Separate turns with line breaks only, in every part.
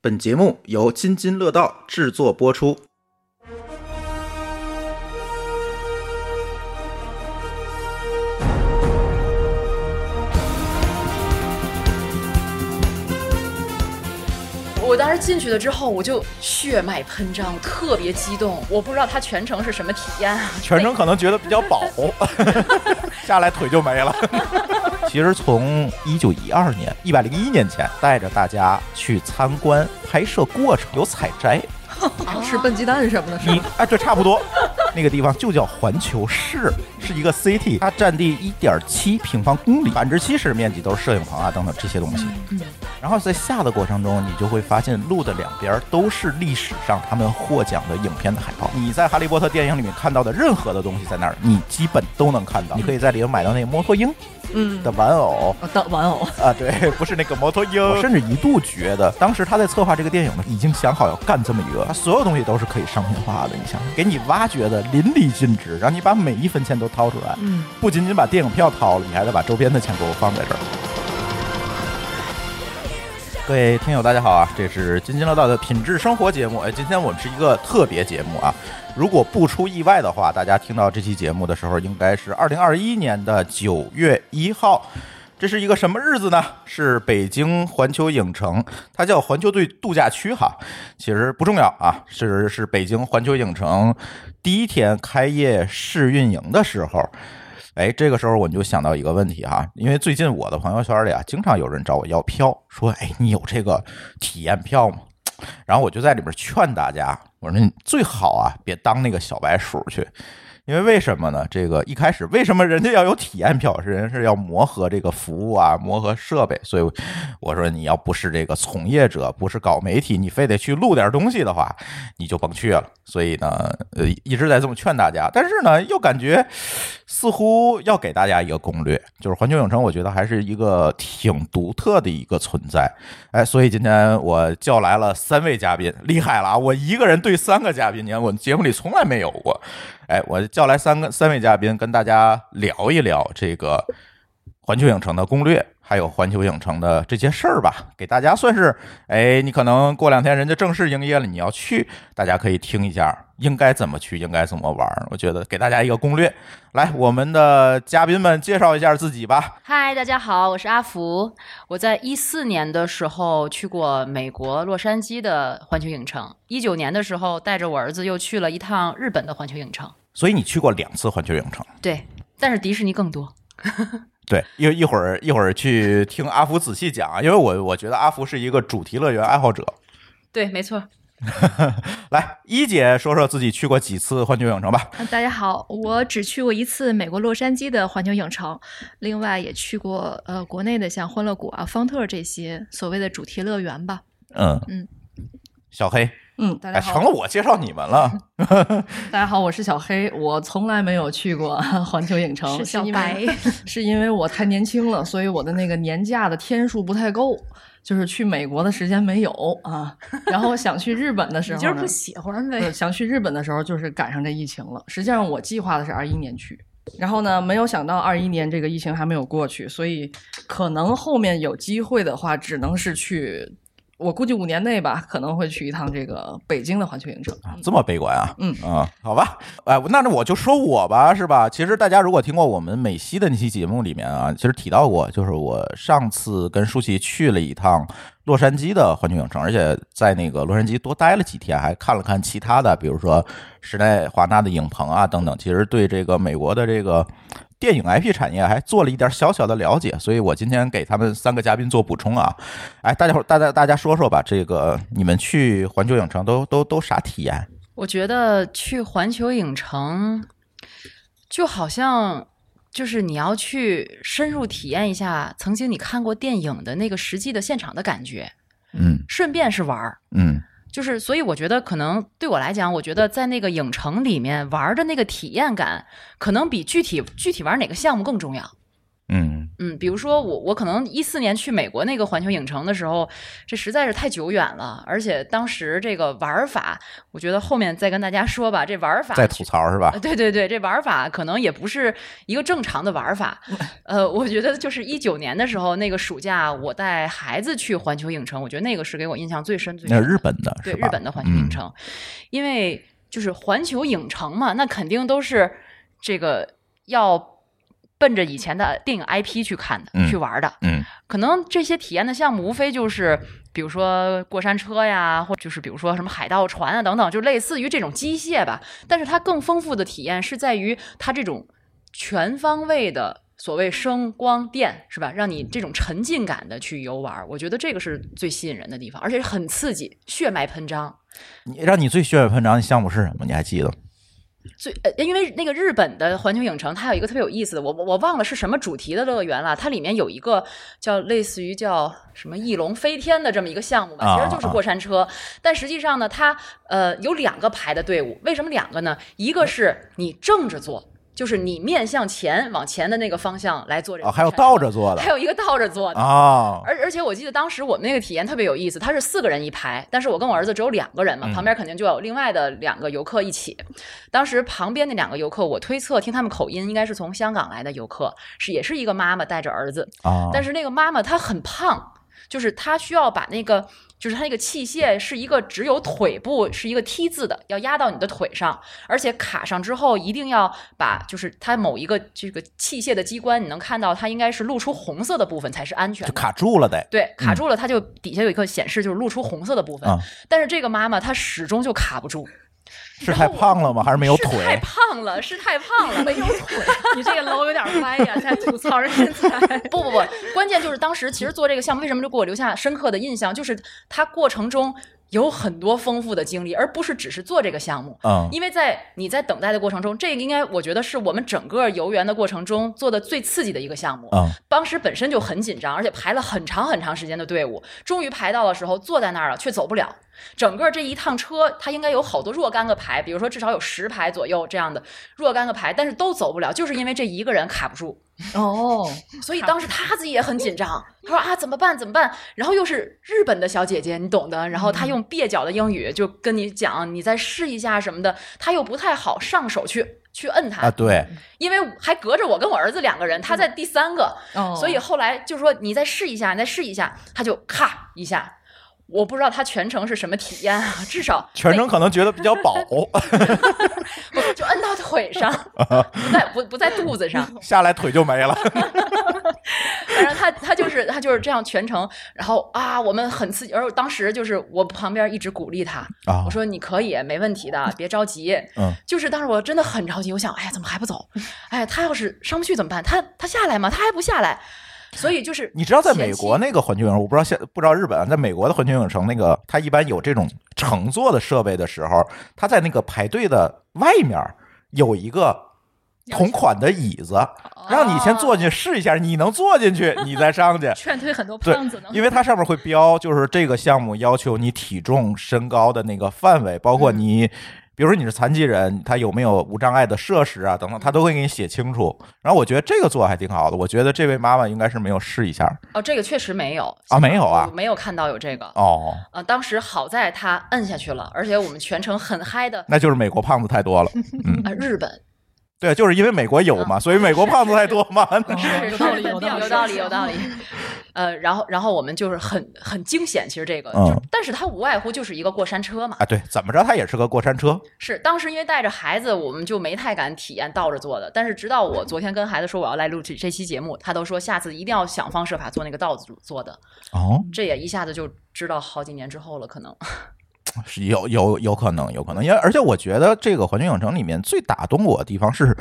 本节目由津津乐道制作播出。
我当时进去了之后，我就血脉喷张，我特别激动。我不知道他全程是什么体验啊，
全程可能觉得比较饱，下来腿就没了。其实从一九一二年、一百零一年前，带着大家去参观拍摄过程，有采摘，
吃
哦
笨鸡蛋什么 的，是
你
吗？
哎，对，差不多。那个地方就叫环球市，是一个 city，它占地一点七平方公里，百分之七十面积都是摄影棚啊等等这些东西。然后在下的过程中，你就会发现路的两边都是历史上他们获奖的影片的海报。你在《哈利波特》电影里面看到的任何的东西，在那儿你基本都能看到。你可以在里面买到那个猫头鹰
嗯，
的玩偶，
哦当玩偶，
啊，对，不是那个猫头鹰。我甚至一度觉得，当时他在策划这个电影呢，已经想好要干这么一个，他所有东西都是可以商品化的。你想想，给你挖掘的淋漓尽致，让你把每一分钱都掏出来，
嗯，
不仅仅把电影票掏了，你还得把周边的钱给我放在这儿。各位听友，大家好啊！这是津津乐道的品质生活节目。哎，今天我们是一个特别节目啊！如果不出意外的话，大家听到这期节目的时候，应该是二零二一年的九月一号。这是一个什么日子呢？是北京环球影城，它叫环球度度假区哈，其实不重要啊，是是北京环球影城第一天开业试运营的时候，哎，这个时候我就想到一个问题哈、因为最近我的朋友圈里啊，经常有人找我要票，说哎，你有这个体验票吗？然后我就在里面劝大家，我说你最好啊，别当那个小白鼠去，因为为什么呢？这个一开始为什么人家要有体验票，是人是要磨合这个服务啊，磨合设备。所以我我说你要不是这个从业者，不是搞媒体，你非得去录点东西的话，你就甭去了。所以呢，呃，一直在这么劝大家，但是呢，又感觉似乎要给大家一个攻略，就是环球影城，我觉得还是一个挺独特的一个存在。哎，所以今天我叫来了三位嘉宾，厉害了啊！我一个人对三个嘉宾，你看我节目里从来没有过。哎，我叫来三个三位嘉宾，跟大家聊一聊这个环球影城的攻略，还有环球影城的这些事儿吧，给大家算是，哎，你可能过两天人家正式营业了，你要去，大家可以听一下应该怎么去，应该怎么玩儿。我觉得给大家一个攻略。来，我们的嘉宾们介绍一下自己吧。
嗨，大家好，我是阿福。我在一四年的时候去过美国洛杉矶的环球影城，一九年的时候带着我儿子又去了一趟日本的环球影城。
所以你去过两次环球影城。
对，但是迪士尼更多。
对，一一会儿一会儿去听阿福仔细讲啊，因为我我觉得阿福是一个主题乐园爱好者。
对，没错。
来，一姐说说自己去过几次环球影城吧。
啊大家好，我只去过一次美国洛杉矶的环球影城，另外也去过呃国内的像欢乐谷啊、方特这些所谓的主题乐园吧。
嗯
嗯，
小黑，
嗯，大
哎，成了我介绍你们了。
大家好，我是小黑，我从来没有去过 环球影城，
是小
因为
白，
是因为我太年轻了，所以我的那个年假的天数不太够，就是去美国的时间没有啊。然后想去日本的时候呢，
喜欢
呃，。想去日本的时候就是赶上这疫情了。实际上我计划的是二一年去，然后呢，没有想到二一年这个疫情还没有过去，所以可能后面有机会的话，只能是去，我估计五年内吧，可能会去一趟这个北京的环球影城。
啊这么悲观啊？
嗯
啊、好吧，哎，那那我就说我吧，是吧？其实大家如果听过我们美西的那期节目里面啊，其实提到过，就是我上次跟舒淇去了一趟洛杉矶的环球影城，而且在那个洛杉矶多待了几天，还看了看其他的，比如说时代华纳的影棚啊等等。其实对这个美国的这个。电影 IP 产业还做了一点小小的了解，所以我今天给他们三个嘉宾做补充啊。哎，大家伙，大家大家说说吧，这个你们去环球影城都都都啥体验？
我觉得去环球影城，就好像就是你要去深入体验一下曾经你看过电影的那个实际的现场的感觉，
嗯
顺便是玩儿。
嗯
就是，所以我觉得可能对我来讲，我觉得在那个影城里面玩的那个体验感，可能比具体具体玩哪个项目更重要。
嗯，
嗯，比如说我我可能一四年去美国那个环球影城的时候，这实在是太久远了，而且当时这个玩法，我觉得后面再跟大家说吧。这玩法
再吐槽是吧
呃？对对对，这玩法可能也不是一个正常的玩法。
嗯
呃，我觉得就是一九年的时候，那个暑假我带孩子去环球影城，我觉得那个是给我印象最深最
那
深
是
的
日本的
对
是
日
吧？
本的环球影
嗯
城，因为就是环球影城嘛，那肯定都是这个要奔着以前的电影 IP 去看的、
嗯
去玩的。
嗯，
可能这些体验的项目无非就是，比如说过山车呀，或就是比如说什么海盗船啊等等，就类似于这种机械吧。但是它更丰富的体验是在于它这种全方位的所谓声光电，是吧？让你这种沉浸感的去游玩，我觉得这个是最吸引人的地方，而且很刺激，血脉喷张。
你让你最血脉喷张的项目是什么？你还记得吗？
最呃，因为那个日本的环球影城，它有一个特别有意思的，我我我忘了是什么主题的乐园了。它里面有一个叫类似于叫什么翼龙飞天的这么一个项目吧，
啊
其实就是过山车。但实际上呢，它呃有两个排的队伍，为什么两个呢？一个是你正着坐，就是你面向前往前的那个方向来坐这个
哦，
过
还
山车、
有倒着做的
还有一个倒着坐的。
哦，
而而且我记得当时我们那个体验特别有意思，它是四个人一排，但是我跟我儿子只有两个人嘛，
嗯
旁边肯定就有另外的两个游客一起。当时旁边那两个游客，我推测听他们口音应该是从香港来的游客，是也是一个妈妈带着儿子，
啊，
但
是
是那个妈妈她很胖，就是她需要把那个。就是她那个器械是一个只有腿部是一个 T 字的，要压到你的腿上，而且卡上之后一定要把就是它某一个这个器械的机关，你能看到它应该是露出红色的部分才是安全
就
的。
卡住了得
对，卡住了，它就底下有一个显示，就是露出红色的部分。
嗯啊，
但是这个妈妈她始终就卡不住，
是太胖了吗？还是没有
是太
腿？
胖了，是太胖了，没有腿。
你这个楼有点歪呀，在吐槽人身 材。
嗯
不不不，关键就是当时其实做这个项目，为什么就给我留下深刻的印象，就是它过程中有很多丰富的经历，而不是只是做这个项目。
嗯，
因为在你在等待的过程中，这个应该我觉得是我们整个游园的过程中做的最刺激的一个项目。
嗯，
当时本身就很紧张，而且排了很长很长时间的队伍，终于排到的时候坐在那儿了，却走不了。整个这一趟车，它应该有好多若干个排，比如说至少有十排左右这样的若干个排，但是都走不了，就是因为这一个人卡不住。
哦，
所以当时他自己也很紧张，他说啊怎么办怎么办？然后又是日本的小姐姐，你懂的。然后他用蹩脚的英语就跟你讲，你再试一下什么的，他又不太好上手去去摁他，
啊，对，
因为还隔着我跟我儿子两个人，他在第三个，
哦，
所以后来就说你再试一下，你再试一下，他就咔一下。我不知道他全程是什么体验啊，至少
全程可能觉得比较 饱，
不就摁到 腿上，不在不不在肚子上，
下来腿就没 了。
反正他他就是他就是这样全程，然后啊，我们很刺激，而我当时就是我旁边一直鼓励他，
啊
我说你可以，没问题的，别着急。
嗯，
就是当时我真的很着急，我想，哎呀，怎么还不走？哎呀，他要是上不去怎么办？他他下来吗？他还不下来，所以就是
你知道在美国
前期
那个环球影城，我不知道现不知道日本啊，在美国的环球影城那个，它一般有这种乘坐的设备的时候，它在那个排队的外面有一个。同款的椅子，
哦
让你先坐进去试一下，你能坐进去，你再上 去。
劝退很多
对
胖子呢，
因为它上面会标，就是这个项目要求你体重、身高的那个范围，包
嗯
括你，比如说你是残疾人，他有没有无障碍的设施啊等等，他都会给你写清楚。然后我觉得这个做得还挺好的，我觉得这位妈妈应该是没有试一下
哦，这个确实没有
啊没有啊
我没有看到有这个。
哦，
呃，当时好在他摁下去了，而且我们全程很嗨的。
那就是美国胖子太多了。
呃，日本
对，就是因为美国有嘛，所以美国胖子太多嘛。
嗯
是哦有道理，有道理，
有道理，有道理。呃，然后，然后我们就是很很惊险，其实这个，
嗯
就但是它无外乎就是一个过山车嘛。
啊，对，怎么着它也是个过山车。
是当时因为带着孩子，我们就没太敢体验倒着坐的。但是直到我昨天跟孩子说我要来录这这期节目，他都说下次一定要想方设法做那个倒着坐的。
哦，
这也一下子就知道好几年之后了，可能。
是有有有可能，有可能，因为而且我觉得这个环球影城里面最打动我的地方是，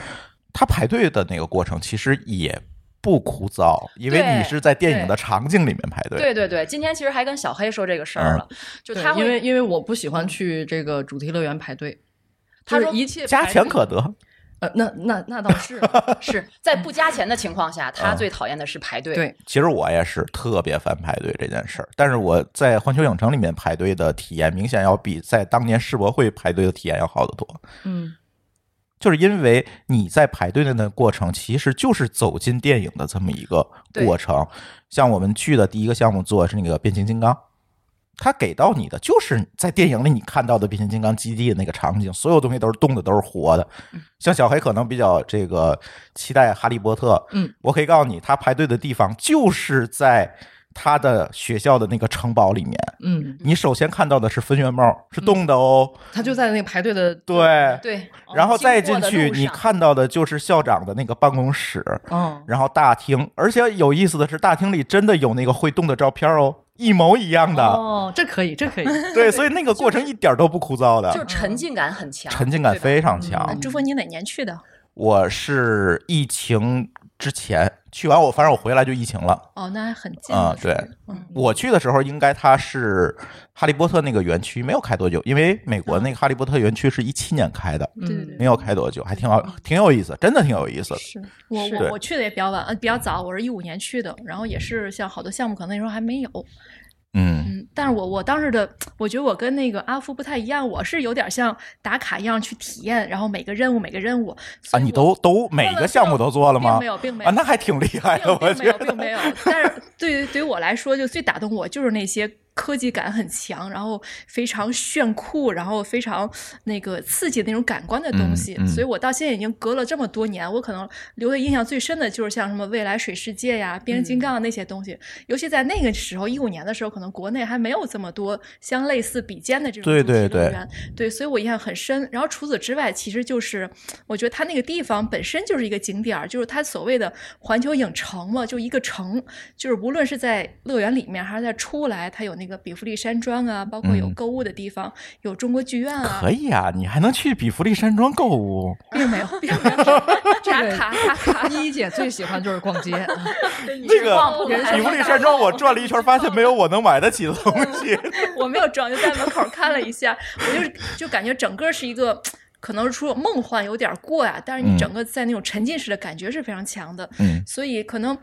它排队的那个过程其实也不枯燥，因为
对
你是在电影的场景里面排队。
对对对，今天其实还跟小黑说这个事
嗯
儿了，就
对
他会
因为因为我不喜欢去这个主题乐园排队，
他
就是
说
一切
加
排
钱
队
可得，
呃，那那那倒是 啊
是在不加钱的情况下，他
嗯
最讨厌的是排队。
对，
其实我也是特别烦排队这件事儿，但是我在环球影城里面排队的体验，明显要比在当年世博会排队的体验要好得多。
嗯，
就是因为你在排队的那个过程，其实就是走进电影的这么一个过程。像我们去的第一个项目做的是那个变形金刚，它给到你的就是在电影里你看到的变形金刚基地的那个场景，所有东西都是动的，都是活的。像小黑可能比较这个期待哈利波特，
嗯，
我可以告诉你，他排队的地方就是在他的学校的那个城堡里面。
嗯，
你首先看到的是分院帽，是动的哦，
他就在那个排队的，
对。
嗯对，哦
然后再
经
进
过的
去，
路
你
上
看到的就是校长的那个办公室，
嗯，
然后大厅，而且有意思的是，大厅里真的有那个会动的照片哦，一模一样的。
哦，这可以，这 可以，
对，所以那个过程一点都不枯燥
就是
的，
沉浸感很强，
沉浸感
对吧
非常
呃
强
嗯。
朱峰，你哪年去的？
我是疫情之前去完，我反正我回来就疫情了。
哦，那还很近
啊
了
对
是
我去的时候，应该它是哈利波特那个园区没有开多久，因为美
嗯
国那个哈利波特园区是一七年开的，
对对对
嗯
没有开多久，还挺好，挺有意思，真的挺有意思的。
是我
是
我我去的也比较晚，呃，比较早，我是一五年去的，然后也是像好多项目可能那时候还没有，
嗯，
嗯，但是我我当时的，我觉得我跟那个阿福不太一样，我是有点像打卡一样去体验，然后每个任务每个任务
啊，你都都每个项目都做了吗
并没？有，并没有
啊，那还挺厉害的，我
并并没
觉
有，
得。
并没有。但是对于对于我来说，就最打动我就是那些科技感很强，然后非常炫酷，然后非常那个刺激的那种感官的东西。
嗯嗯
所以我到现在已经隔了这么多年，我可能留的印象最深的就是像什么未来水世界呀、变形
嗯
金刚啊那些东西。尤其在那个时候，一五年的时候，可能国内还没有这么多相类似比肩的这种
对
主题
对对
乐园对，所以我印象很深。然后除此之外，其实就是我觉得它那个地方本身就是一个景点儿，就是它所谓的环球影城嘛，就一个城，就是无论是在乐园里面还是在出来，它有那个比弗利山庄啊，包括有
嗯
购物的地方，有中国剧院啊，
可以啊，你还能去比弗利山庄购物，
并没有，并没有 打卡打卡。
依依姐最喜欢就是逛街，
那个
逛铺
人生
比弗利山庄我转了一圈，发现没有我能买得起的东西。
我没有装，就在门口看了一下，我就是就感觉整个是一个。可能是说梦幻有点过呀、但是你
嗯
整个在那种沉浸式的感觉是非常强的。
嗯，
所以可能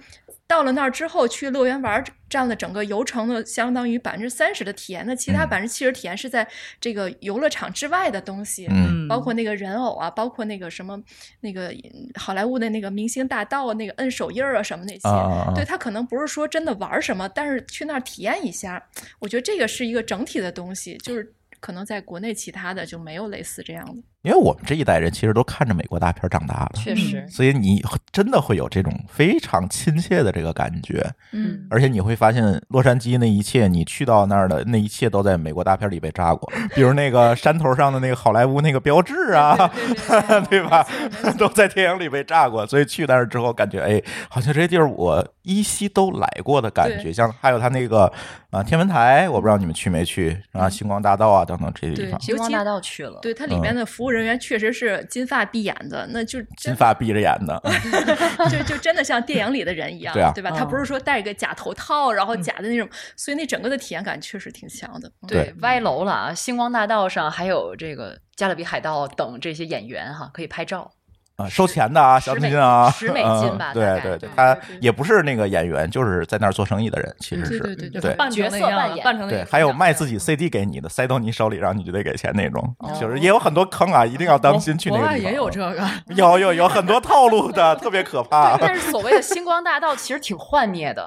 到了那儿之后，去乐园玩儿占了整个游程的相当于百分之三十的体验，那其他
嗯
百分之七十体验是在这个游乐场之外的东西。
嗯
包括那个人偶啊，包括那个什么，那个嗯好莱坞的那个明星大道啊，那个摁手印儿啊什么那些，
啊啊啊
对他可能不是说真的玩儿什么，但是去那儿体验一下，我觉得这个是一个整体的东西，就是可能在国内其他的就没有类似这样的。
因为我们这一代人其实都看着美国大片长大的，
确实，
所以你真的会有这种非常亲切的这个感觉，
嗯，
而且你会发现洛杉矶那一切，你去到那儿的那一切都在美国大片里被扎过，比如那个山头上的那个好莱坞那个标志啊，
对对对
对吧
没错没？错
都在电影里被炸过，所以去那儿之后感觉，哎，好像这些地儿我依稀都来过的感觉。
对
像还有他那个啊、呃天文台，我不知道你们去没去啊，星光大道啊等等这些地
对
方，
星光
尤其
大道去了，
对它
啊
里面的服务人员确实是金发碧眼的，那就
金
真
发碧着眼的，
就就真的像电影里的人一样，
对啊
吧？他
嗯
不是说戴个假头套，然后假的那种，所以那整个的体验感确实挺强的。嗯
对
对，歪楼了啊！星光大道上还有这个《加勒比海盗》等这些演员哈，可以拍照。
啊，收钱的啊，
十
小
美
心心啊，
十美金吧
嗯
大
对
概
对对
嗯，
他
对对
也不是那个演员，就是在那儿做生意的人，其实是
对
嗯
对对
就
对
是扮成那样了，扮成那
对，
样
还有卖自己 CD 给你的，塞到你手里，让你就得给钱那种，
哦
就是也有很多坑啊，一定要当心去那
国
个地
外
方。啊
也有这个，
有有有很多套路的，特别可怕
对，但是所谓的星光大道其实挺幻灭的，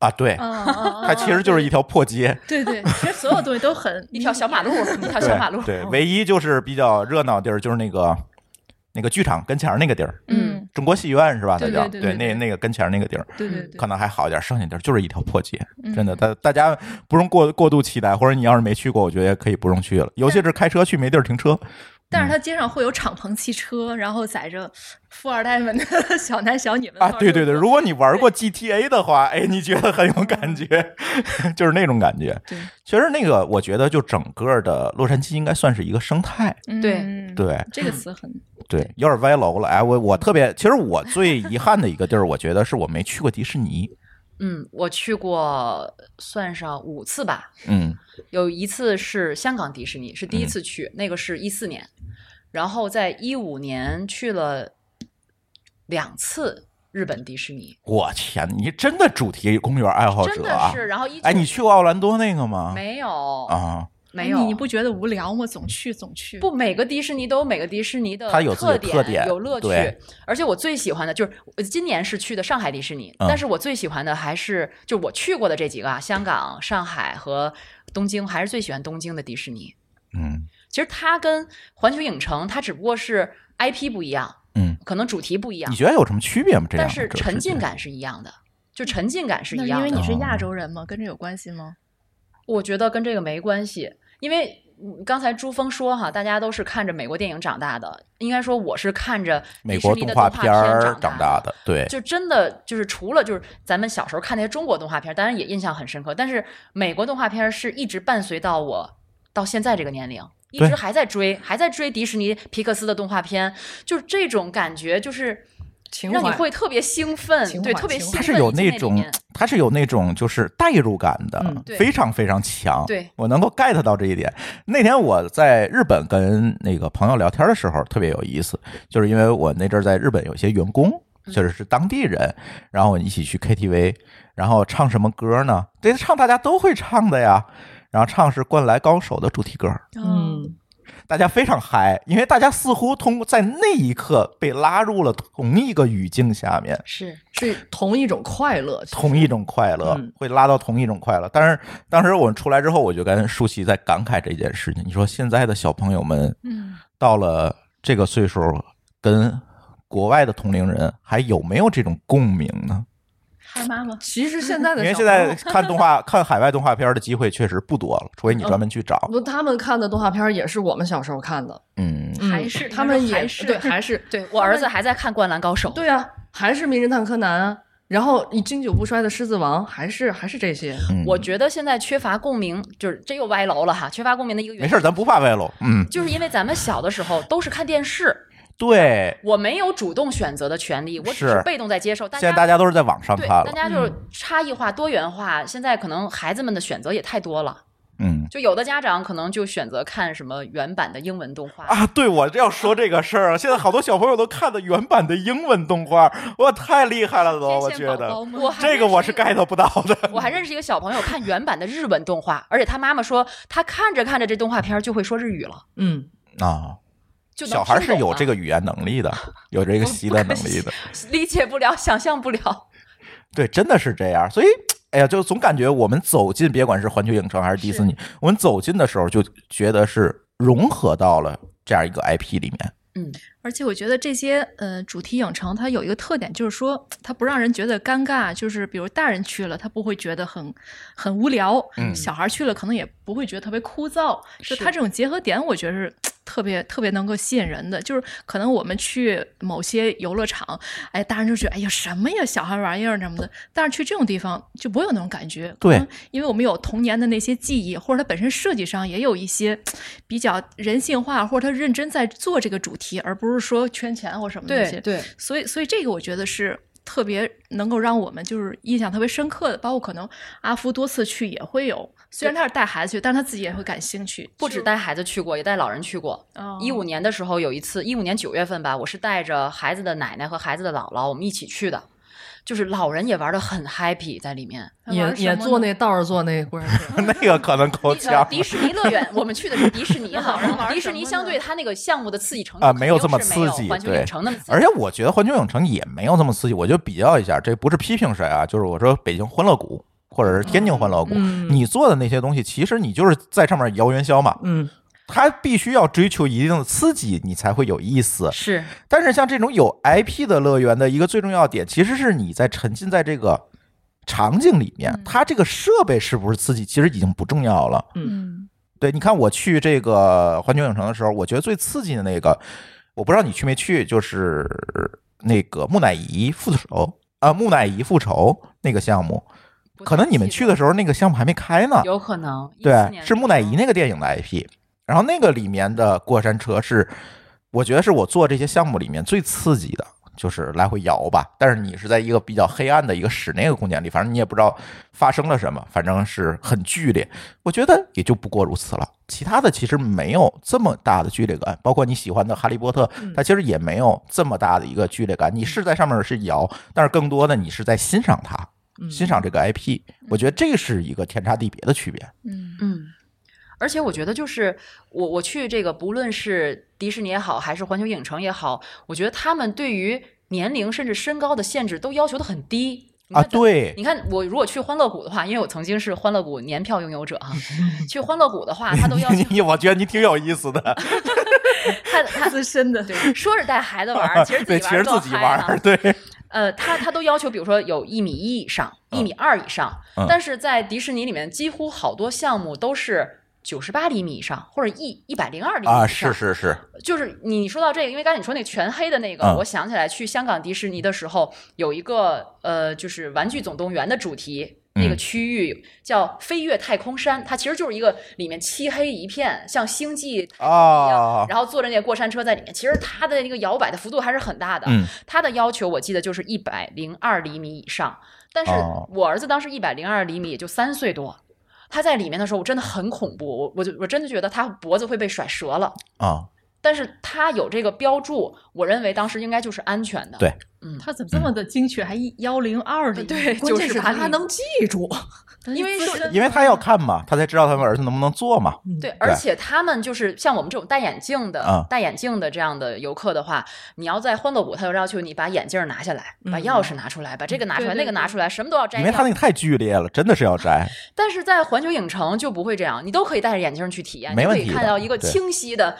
啊！对，
嗯，嗯
它其实就是一条破街，
对对，其实所有东西都很
一条 小马路，一条
对
嗯小马路。嗯
对，唯一就是比较热闹地儿就是那个那个剧场跟前儿那个地儿，
嗯，
中国戏院是吧？它
对
叫
对对对
那
对
那个跟前儿那个地儿，
对对对
可能还好一点，剩下地儿就是一条破街，
嗯
真的，大大家不用过过度期待，或者你要是没去过，我觉得也可以不用去了，尤其是开车去没地儿停车，嗯
但是它街上会有敞篷汽车，然后载着富二代们的 小男小女们
啊，对对对，如果你玩过 GTA 的话，哎，你觉得很有感觉， 就是那种感觉。
对，
其实那个我觉得就整个的洛杉矶应该算是一个生态，
对
对
对
嗯这个词很
对，有点歪楼了。哎，我我特别，其实我最遗憾的一个地儿，我觉得是我没去过迪士尼。
嗯，我去过，算上五次吧。
嗯
有一次是香港迪士尼，是第一次去，那个是一四年，然后在一五年去了两次日本迪士尼，
我天，你真的主题公园爱好
真
者
的
啊！
是。然后一
哎，你去过奥兰多那个吗？
没有
啊，
没有
你你不觉得无聊吗？总去总去，
不，每个迪士尼都有每个迪士尼的
它有自己的
点、
特点
有乐趣
对。
而且我最喜欢的就是我今年是去的上海迪士尼，
嗯
但是我最喜欢的还是就我去过的这几个啊，香港、上海和东京，还是最喜欢东京的迪士尼。
嗯
其实它跟环球影城，它只不过是 IP 不一样，
嗯，
可能主题不一样
你，觉得有什么区别吗？这
啊但
样的
是
这个
沉
事情
浸感是一样的，就沉浸感是
那
一
是
样
因
的。
为你是
哦
亚洲人吗？跟这有关系吗？
我觉得跟这个没关系，因为嗯刚才朱峰说哈，大家都是看着美国电影长大的，应该说我是看着
美
迪
国
士尼
动
的
画
动
片
片
儿长
大
大。的，对，
就真的就是除了就是咱们小时候看那些中国动画片儿，当然也印象很深刻，但是美国动画片儿是一直伴随到我到现在这个年龄，一
对
直还在追，还在追迪士尼皮克斯的动画片，就是这种感觉，就是
情
让你
怀
会特别兴奋
情，
对，
怀
特别
情
兴
怀
奋。
它是有
那
那种，它是有那种就是代入感的，
嗯
对
非常非常强。
对
我能够 get 到这一点。那天我在日本跟那个朋友聊天的时候，特别有意思，就是因为我那阵儿在日本有些员工，
嗯
就是是当地人，然后我们一起去 KTV，然后唱什么歌呢？对，唱大家都会唱的呀。然后唱是《灌篮高手》的主题歌，
哦，
嗯，
大家非常嗨，因为大家似乎通过在那一刻被拉入了同一个语境下面。
是
是同一种快乐，其实
同一种快乐，
嗯
会拉到同一种快乐。但是当时我出来之后，我就跟舒淇在感慨这件事情。你说现在的小朋友们
嗯，
到了这个岁数，跟国外的同龄人还有没有这种共鸣呢？
嗨妈妈，
其实现在的
因为
小
现
朋
在
友
看动画、看海外动画片的机会确实不多了，除非你专门去找。
不，他们看的动画片儿也是我们小时候看的，
嗯，
嗯
还是
他
你说
们也
还是
对，还是
对我儿子还在看《灌篮高手》，
对啊，还是名侦探柯南啊，然后你经久不衰的狮子王，还是还是这些。
嗯
我觉得现在缺乏共鸣，就是这又歪楼了哈。缺乏共鸣的一个原
没
因，
事儿，咱不怕歪楼。嗯，
就是因为咱们小的时候都是看电视，
对，
我没有主动选择的权利，我只
是
是被动在接受。大
现
家
在大家都是在网上
对
看
大
了。
家就是差异化、多元化，现在可能孩子们的选择也太多了。
嗯
就有的家长可能就选择看什么原版的英文动画，
啊，对，我要说这个事儿，啊现在好多小朋友都看的原版的英文动画，我太厉害了都，我
天
觉
线宝
得。
宝吗
我还
这个我是
认识一
get 不到的。
我还认识一个小朋友看原版的日文动画，而且他妈妈说他看着看着这动画片儿就会说日语了，
嗯，
啊，
就能
小孩
听
是
懂
有
了
这个语言能力的，有这个习得能力的，
理解不了、想象不了。
对，真的是这样。所以，哎呀，就总感觉我们走进，别管是环球影城还是迪士尼，我们走进的时候就觉得是融合到了这样一个 IP 里面。
而且我觉得这些呃主题影城它有一个特点，就是说它不让人觉得尴尬，就是比如大人去了，他不会觉得很很无聊，
嗯
小孩去了可能也不会觉得特别枯燥，就是它这种结合点，我觉得是。特别特别能够吸引人的，就是可能我们去某些游乐场，哎，大人就觉得哎呀什么呀，小孩玩意儿什么的。但是去这种地方就不会有那种感觉，
对
可能因为我们有童年的那些记忆，或者它本身设计上也有一些比较人性化，或者他认真在做这个主题，而不是说圈钱啊或什么那些。
对，
所以，所以这个我觉得是特别能够让我们就是印象特别深刻的。包括可能阿福多次去也会有，虽然他是带孩子去，但他自己也会感兴趣。哦
不止带孩子去过，也带老人去过。一五
年，
年的时候有一次，一五年九月份吧，我是带着孩子的奶奶和孩子的姥姥，我们一起去的。就是老人也玩的很 happy 在里面。
他
也
玩什么
也
呢
坐那倒着坐那过山车，
那个可能够
呃
呛
迪士尼乐园，我们去的是迪士 尼
那老
哈
人玩什么，呢
迪士尼相对它那个项目的刺激程度
啊
肯
没有
定
这么
是没有
刺激
环球
对
影城那么刺激。
而且我觉得环球影城也没有这么刺激，我就比较一下，这不是批评谁啊，就是我说北京欢乐谷或者是天津欢乐谷，
嗯
你做的那些东西，其实你就是在上面摇元宵嘛，
嗯，
它必须要追求一定的刺激，你才会有意思。
是
但是像这种有 IP 的乐园的一个最重要点，其实是你在沉浸在这个场景里面，它这个设备是不是刺激，其实已经不重要了。
嗯，
对，你看我去这个环球影城的时候，我觉得最刺激的那个，我不知道你去没去，就是那个木乃伊复仇啊、木乃伊复仇那个项目，可能你们去的时候那个项目还没开呢。
有可能14
对，
年
是木乃伊那个电影的 IP，然后那个里面的过山车是，我觉得是我做这些项目里面最刺激的，就是来回摇吧。但是你是在一个比较黑暗的一个室内的空间里，反正你也不知道发生了什么，反正是很剧烈。我觉得也就不过如此了。其他的其实没有这么大的剧烈感，包括你喜欢的《哈利波特》，它其实也没有这么大的一个剧烈感。你是在上面是摇，但是更多的你是在欣赏它，
嗯
欣赏这个 IP。我觉得这是一个天差地别的区别。
嗯，
嗯，而且我觉得，就是我我去这个，不论是迪士尼也好，还是环球影城也好，我觉得他们对于年龄甚至身高的限制都要求的很低你
啊，
看咱
对，
你看，我如果去欢乐谷的话，因为我曾经是欢乐谷年票拥有者啊， 去欢乐谷的话，他都要求
你我觉得你挺有意思的，
他他
资深的，
说是带孩子玩儿，其实自
对，
己
其
玩儿
实
更
自己
嗨
玩
呢
儿，啊对，
呃，他他都要求，比如说有一米一以上、一米二以上，
嗯
但是在迪士尼里面，几乎好多项目都是九十八厘米以上，或者一一百零二厘米以上。
啊，是是是，
就是你说到这个，因为刚才你说那全黑的那个，
嗯
我想起来去香港迪士尼的时候，有一个呃，就是《玩具总动员》的主题。那个
嗯
区域叫飞越太空山，它其实就是一个里面漆黑一片，像星际
啊，
然后坐着那个过山车在里面，其实它的那个摇摆的幅度还是很大的。
嗯
它的要求我记得就是一百零二厘米以上，但是
哦
我儿子当时一百零二厘米，也就三岁多。他在里面的时候，我真的很恐怖，我我就我真的觉得他脖子会被甩折了。
啊，
但是他有这个标注，我认为当时应该就是安全的。
对
他怎么这么的精确？还幺零二零，
对
关键是
98厘
他能记住，
但是
因为
资
是
深
因为他要看嘛，他才知道他们儿子能不能做嘛，
嗯对，而且他们就是像我们这种戴眼镜的、
啊
戴眼镜的这样的游客的话，你要在欢乐谷，他就要求你把眼镜拿下来，把
嗯
钥匙拿出来，把这个拿出来，
对对
那个拿
对
出来，什么都要摘
因
掉
为。他那个太剧烈了，真的是要摘，
但是在环球影城就不会这样，你都可以戴着眼镜去体验，
没问题
你
的
就可以看到一个
对
清晰的，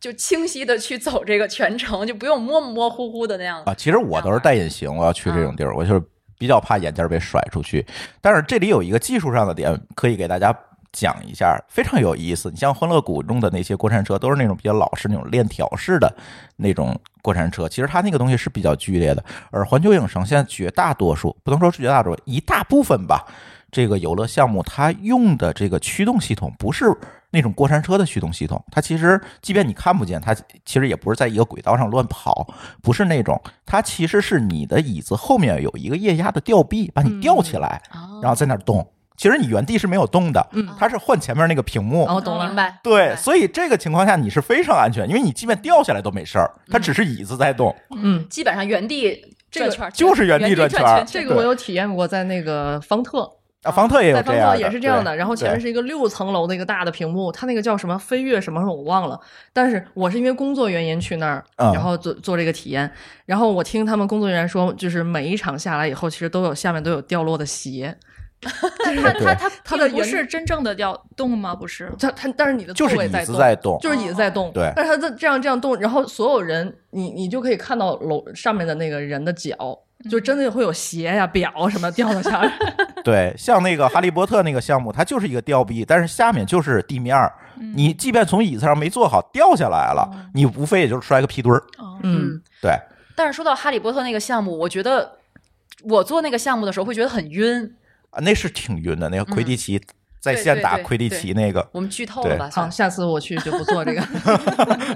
就清晰的去走这个全程，就不用模模糊糊的那样子。
啊，其实我都是戴隐形，我要去这
嗯
种地儿，我就是比较怕眼镜儿被甩出去。但是这里有一个技术上的点可以给大家讲一下，非常有意思。你像欢乐谷中的那些过山车，都是那种比较老式、那种链条式的那种过山车，其实它那个东西是比较剧烈的。而环球影城现在绝大多数，不能说是绝大多数，一大部分吧。这个游乐项目，它用的这个驱动系统不是那种过山车的驱动系统，它其实即便你看不见，它其实也不是在一个轨道上乱跑，不是那种，它其实是你的椅子后面有一个液压的吊臂，把你吊起来，
啊
然后在那儿动。其实你原地是没有动的，
哦嗯
它是换前面那个屏幕。
哦，懂了，
明白？
对，所以这个情况下你是非常安全，因为你即便掉下来都没事儿，它只是椅子在动。
嗯，
基本上原地转
个
圈儿，
就是原地
地
转
圈
圈儿
这个我有体验过，在那个方特，
啊，方特也有
在
这
方
样
特
的，
也是这样的。
对
然后前面是一个六层楼的一个大的屏幕，它那个叫什么飞跃什么什么我忘了。但是我是因为工作原因去那儿，
嗯
然后做做这个体验。然后我听他们工作人员说，就是每一场下来以后，其实都有下面都有掉落 的鞋。
但他
对
他他
他的
并不
原
是真正的要动吗？不 是，
它它但是你的座
就是
位
椅
在
子
动，
在动，
就是椅子在动，
对
但是它在这样这样动，然后所有人，你你就可以看到楼上面的那个人的脚，就真的会有鞋呀、表什么掉到下 来。
对，像那个哈利波特那个项目，它就是一个吊臂，但是下面就是地面儿。
嗯
你即便从椅子上没坐好掉下来
哦
了，你无非也就是摔个屁墩儿。
哦，
嗯，
对，啊
但是说到哈利波特那个项目，我觉得我做那个项目的时候会觉得很晕。
啊，那是挺晕的。那个
嗯
魁地奇在线打魁地奇那个，
我们剧透了吧？
好，
算是
下次我去就不做 这个。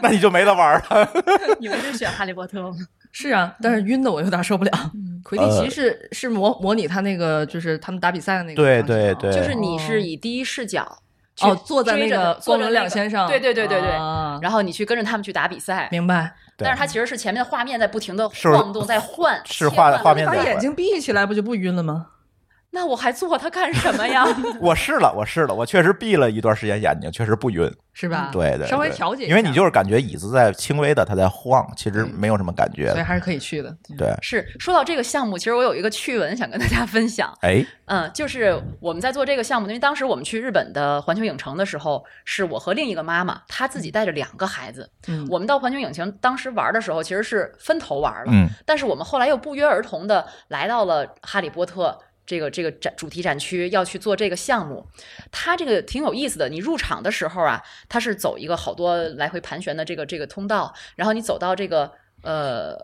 那你就没得玩儿了。
你们是选哈利波特吗？
是啊，但是晕的我有点受不了。魁地
呃
奇是是模模拟他那个就是他们打比赛的那个
对
场景
对
啊，
对，
就是你是以第一视角去
哦，坐在
追
那
着
个
他坐
光
着
轮
那
两
个
先生，
对对对对对
啊
然后你去跟着他们去打比赛，
明白。
对
但是它其实是前面画面在不停的
是
晃动，在换，
是
切
画
换
画面
把
在
眼睛闭起来不就不晕了吗？
那我还做它干什么呀？
我试了，我试了，我确实闭了一段时间眼睛，确实不晕。
是
啊
吧？
对对，
稍微
对
调节一下，
因为你就是感觉椅子在轻微的它在晃，其
嗯
实没有什么感觉
所以
的。
还是可以去的。
对，
是说到这个项目，其实我有一个趣闻想跟大家分享。
哎，
嗯，就是我们在做这个项目，因为当时我们去日本的环球影城的时候，是我和另一个妈妈，她自己带着两个孩子。
嗯
我们到环球影城当时玩的时候，其实是分头玩了，
嗯
但是我们后来又不约而同的来到了哈利波特。这个这个展主题展区要去做这个项目，它这个挺有意思的。你入场的时候啊，它是走一个好多来回盘旋的这个这个通道，然后你走到这个呃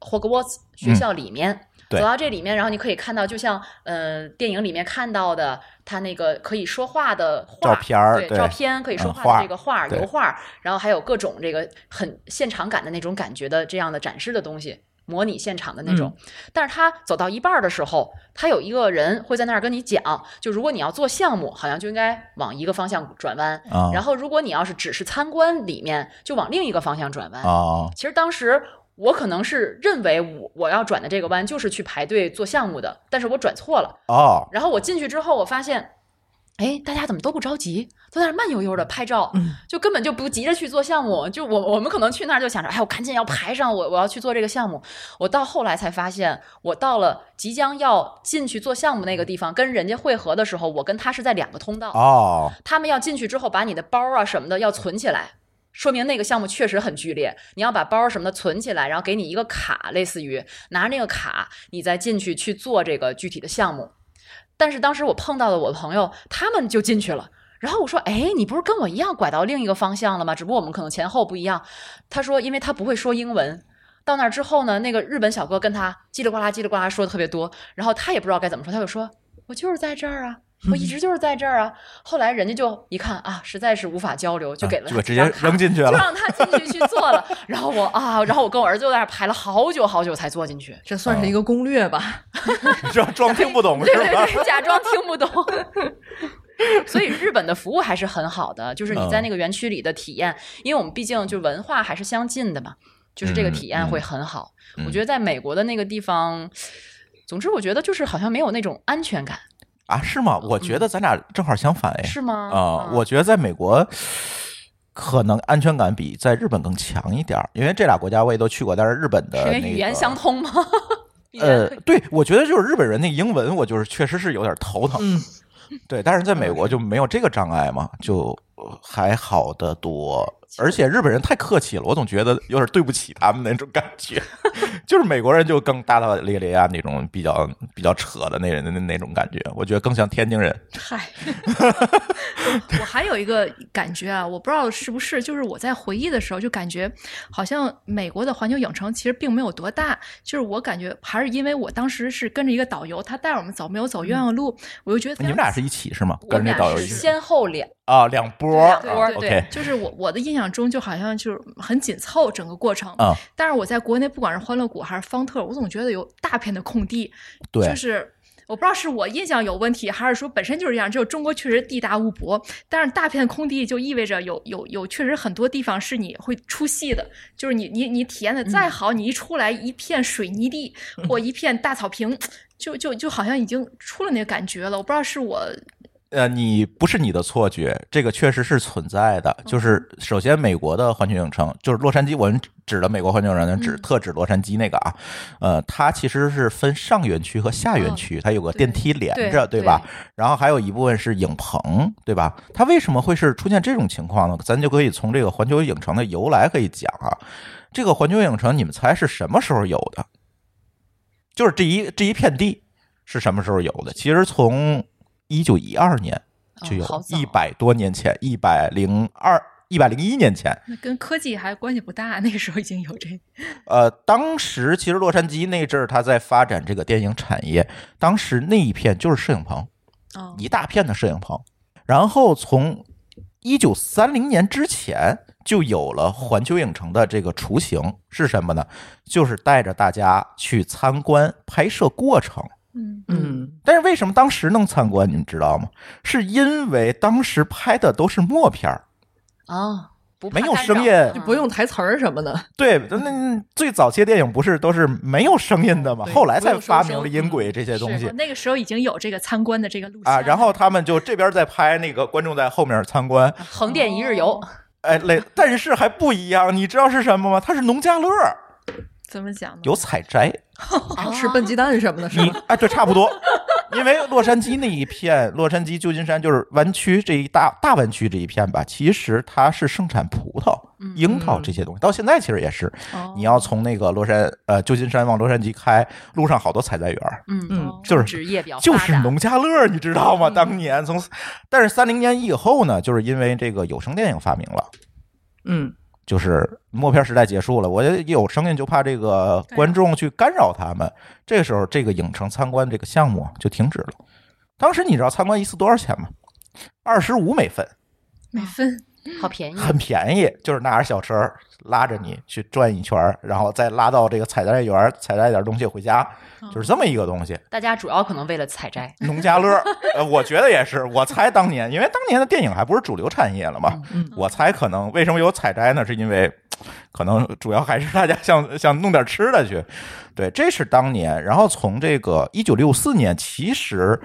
霍格沃茨学校里面，
嗯对
走到这里面，然后你可以看到，就像呃电影里面看到的，它那个可以说话的画
照片儿
对
对
照片可以说
嗯画
话的这个画儿、
对
油画儿，然后还有各种这个很现场感的那种感觉的这样的展示的东西。模拟现场的那
嗯
种，但是他走到一半儿的时候，他有一个人会在那儿跟你讲，就如果你要做项目，好像就应该往一个方向转弯，
啊
然后如果你要是只是参观里面，就往另一个方向转弯。
啊，
其实当时我可能是认为我我要转的这个弯就是去排队做项目的，但是我转错了。
哦，
然后我进去之后，我发现哎，大家怎么都不着急，都在那儿慢悠悠的拍照，
嗯
就根本就不急着去做项目。就我我们可能去那儿就想着，哎，我赶紧要排上，我我要去做这个项目。我到后来才发现，我到了即将要进去做项目那个地方，跟人家会合的时候，我跟他是在两个通道。
哦，
他们要进去之后，把你的包啊什么的要存起来，说明那个项目确实很剧烈。你要把包什么的存起来，然后给你一个卡，类似于拿着那个卡，你再进去去做这个具体的项目。但是当时我碰到的我的朋友，他们就进去了。然后我说：“哎，你不是跟我一样拐到另一个方向了吗？只不过我们可能前后不一样。”他说：“因为他不会说英文，到那儿之后呢，那个日本小哥跟他叽里呱啦叽里呱啦说的特别多，然后他也不知道该怎么说，他就说：“我就是在这儿啊，我一直就是在这儿啊。”后来人家就一看啊，实在是无法交流，就给了
这
他
个
几
啊直接
张卡
扔进去
就
了。
让他进去去做了。然后我啊，然后我跟我儿子就在那儿排了好久好久才坐进去。
这算是一个攻略吧？
装装听不懂
对
是
对
吧？
对，假装听不懂。 所以日本的服务还是很好的，就是你
嗯
在那个园区里的体验，因为我们毕竟就文化还是相近的嘛，就是这个体验会很好。
嗯嗯嗯
我觉得在美国的那个地方，总之我觉得就是好像没有那种安全感，
啊，是吗？
嗯
我觉得咱俩正好相反哎。
是吗？嗯
啊、我觉得在美国可能安全感比在日本更强一点儿，因为这俩国家我也都去过，但是日本的
是因为
那
语言
个
相。通吗？语言
呃，对，我觉得就是日本人那英文，我就是确实是有点头疼。
嗯，
对，但是在
嗯
美国就没有这个障碍嘛，就呃还好得多。而且日本人太客气了，我总觉得有点对不起他们那种感觉。 就是美国人就更大大咧咧啊，那种比较比较扯的那人的那那种感觉，我觉得更像天津人。
嗨，我还有一个感觉啊，我不知道是不是，就是我在回忆的时候就感觉，好像美国的环球影城其实并没有多大，就是我感觉还是因为我当时是跟着一个导游，他带我们走，没有走冤枉路，我就觉得非
你们
常
俩是一起是吗？
我
跟
们
着那导
俩
游一
是
起
先后两，
啊，两波儿
对
波
啊
对对，
，OK，
就是我我的印象中就好像就是很紧凑整个过程，
啊，
但是我在国内不管是欢乐谷还是方特，我总觉得有大片的空地，
对
就，是我不知道是我印象有问题，还是说本身就是这样。就中国确实地大物博，但是大片空地就意味着有有有确实很多地方是你会出戏的，就是你你你体验的再好，你一出来一片水泥 地或一片大草坪，就就就好像已经出了那个感觉了。我不知道是我
呃，你不是你的错觉，这个确实是存在
嗯
的。就是首先，美国的环球影城，就是洛杉矶，我们指的美国环球影城，指
嗯
特指洛杉矶那个啊，呃，它其实是分上园区和下园区，它有个电梯连着，
嗯对
吧？然后还有一部分是影棚，对吧？它为什么会是出现这种情况呢？咱就可以从这个环球影城的由来可以讲啊。这个环球影城，你们猜是什么时候有的？就是这一这一片地是什么时候有的？其实从一九一二年就有
哦好，早
一百多年前，一百零二、一百零一年前。
那跟科技还关系不大，那个时候已经有这
呃，当时其实洛杉矶那阵儿，它在发展这个电影产业，当时那一片就是摄影棚，
哦
一大片的摄影棚。然后从一九三零年之前就有了环球影城的这个雏形是什么呢？就是带着大家去参观拍摄过程。
嗯
嗯，
但是为什么当时能参观？你们知道吗？是因为当时拍的都是默片儿，
啊，不怕
没有啊
干扰
声音
就不用台词儿什么的。
对，那那最早期的电影不是都是没有声音的吗？
对
后来才发
不
明
用
了
声
音轨这些东西
那个时候已经有这个参观的这个路线
啊。然
了
后他们就这边在拍，那个观众在后面参观，
横店一日游，
哎，类，但是还不一样，你知道是什么吗？它是农家乐，
怎么讲呢？
有采摘，
啊
吃笨鸡蛋什么的，是
你
吧？
哎，对，差不多。因为洛杉矶那一片，洛杉矶、旧金山就是湾区这一大大湾区这一片吧，其实它是盛产葡萄、
嗯
樱桃这些东西，到现在其实也是。
哦
你要从那个洛杉呃旧金山往洛杉矶开，路上好多采摘园儿，
嗯，
哦
嗯，
就是
职业比较
就
发
是
达嗯
农家乐，你知道吗？当年从，但是三零年以后呢，就是因为这个有声电影发明了，
嗯，
就是默片时代结束了，我有声音就怕这个观众去干扰他们，这个时候这个影城参观这个项目就停止了。当时你知道参观一次多少钱吗？二十五美分，
美分
好便宜，
很便宜，就是拿着小车儿拉着你去转一圈儿，然后再拉到这个采摘园儿采摘点东西回家，就是这么一个东西。
大家主要可能为了采摘。
农家乐， 呃，我觉得也是。我猜当年，因为当年的电影还不是主流产业了嘛，
嗯
我猜可能为什么有采摘呢？是因为可能主要还是大家想 想弄点吃的去。对，这是当年。然后从这个一九六四年，其实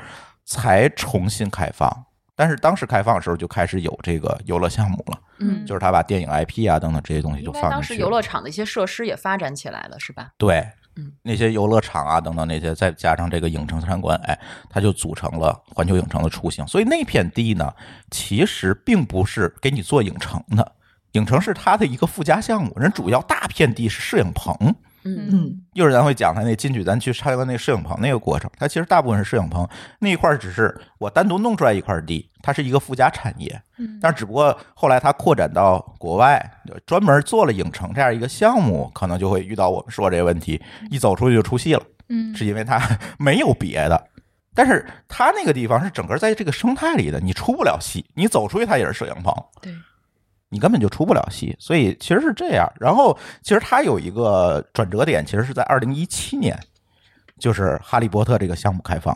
才重新开放。但是当时开放的时候就开始有这个游乐项目了，
嗯
就是他把电影 IP 啊等等这些东西
应
就
该
放进去了。
当时游乐场的一些设施也发展起来了，是吧？
对
嗯，
那些游乐场啊等等那些，再加上这个影城三观，哎，它就组成了环球影城的雏形。所以那片地呢，其实并不是给你做影城的，影城是它的一个附加项目，人主要大片地是摄影棚。
嗯
嗯，
一会儿咱会讲他那金曲，咱去参观那个摄影棚那个过程。它其实大部分是摄影棚那一块，儿，只是我单独弄出来一块地，它是一个附加产业。
嗯
但是只不过后来它扩展到国外，专门做了影城这样一个项目，可能就会遇到我们说这个问题，一走出去就出戏了，
嗯
是因为它没有别的。但是它那个地方是整个在这个生态里的，你出不了戏，你走出去它也是摄影棚，
对，
你根本就出不了戏，所以其实是这样。然后其实它有一个转折点，其实是在二零一七年，就是《哈利波特》这个项目开 放，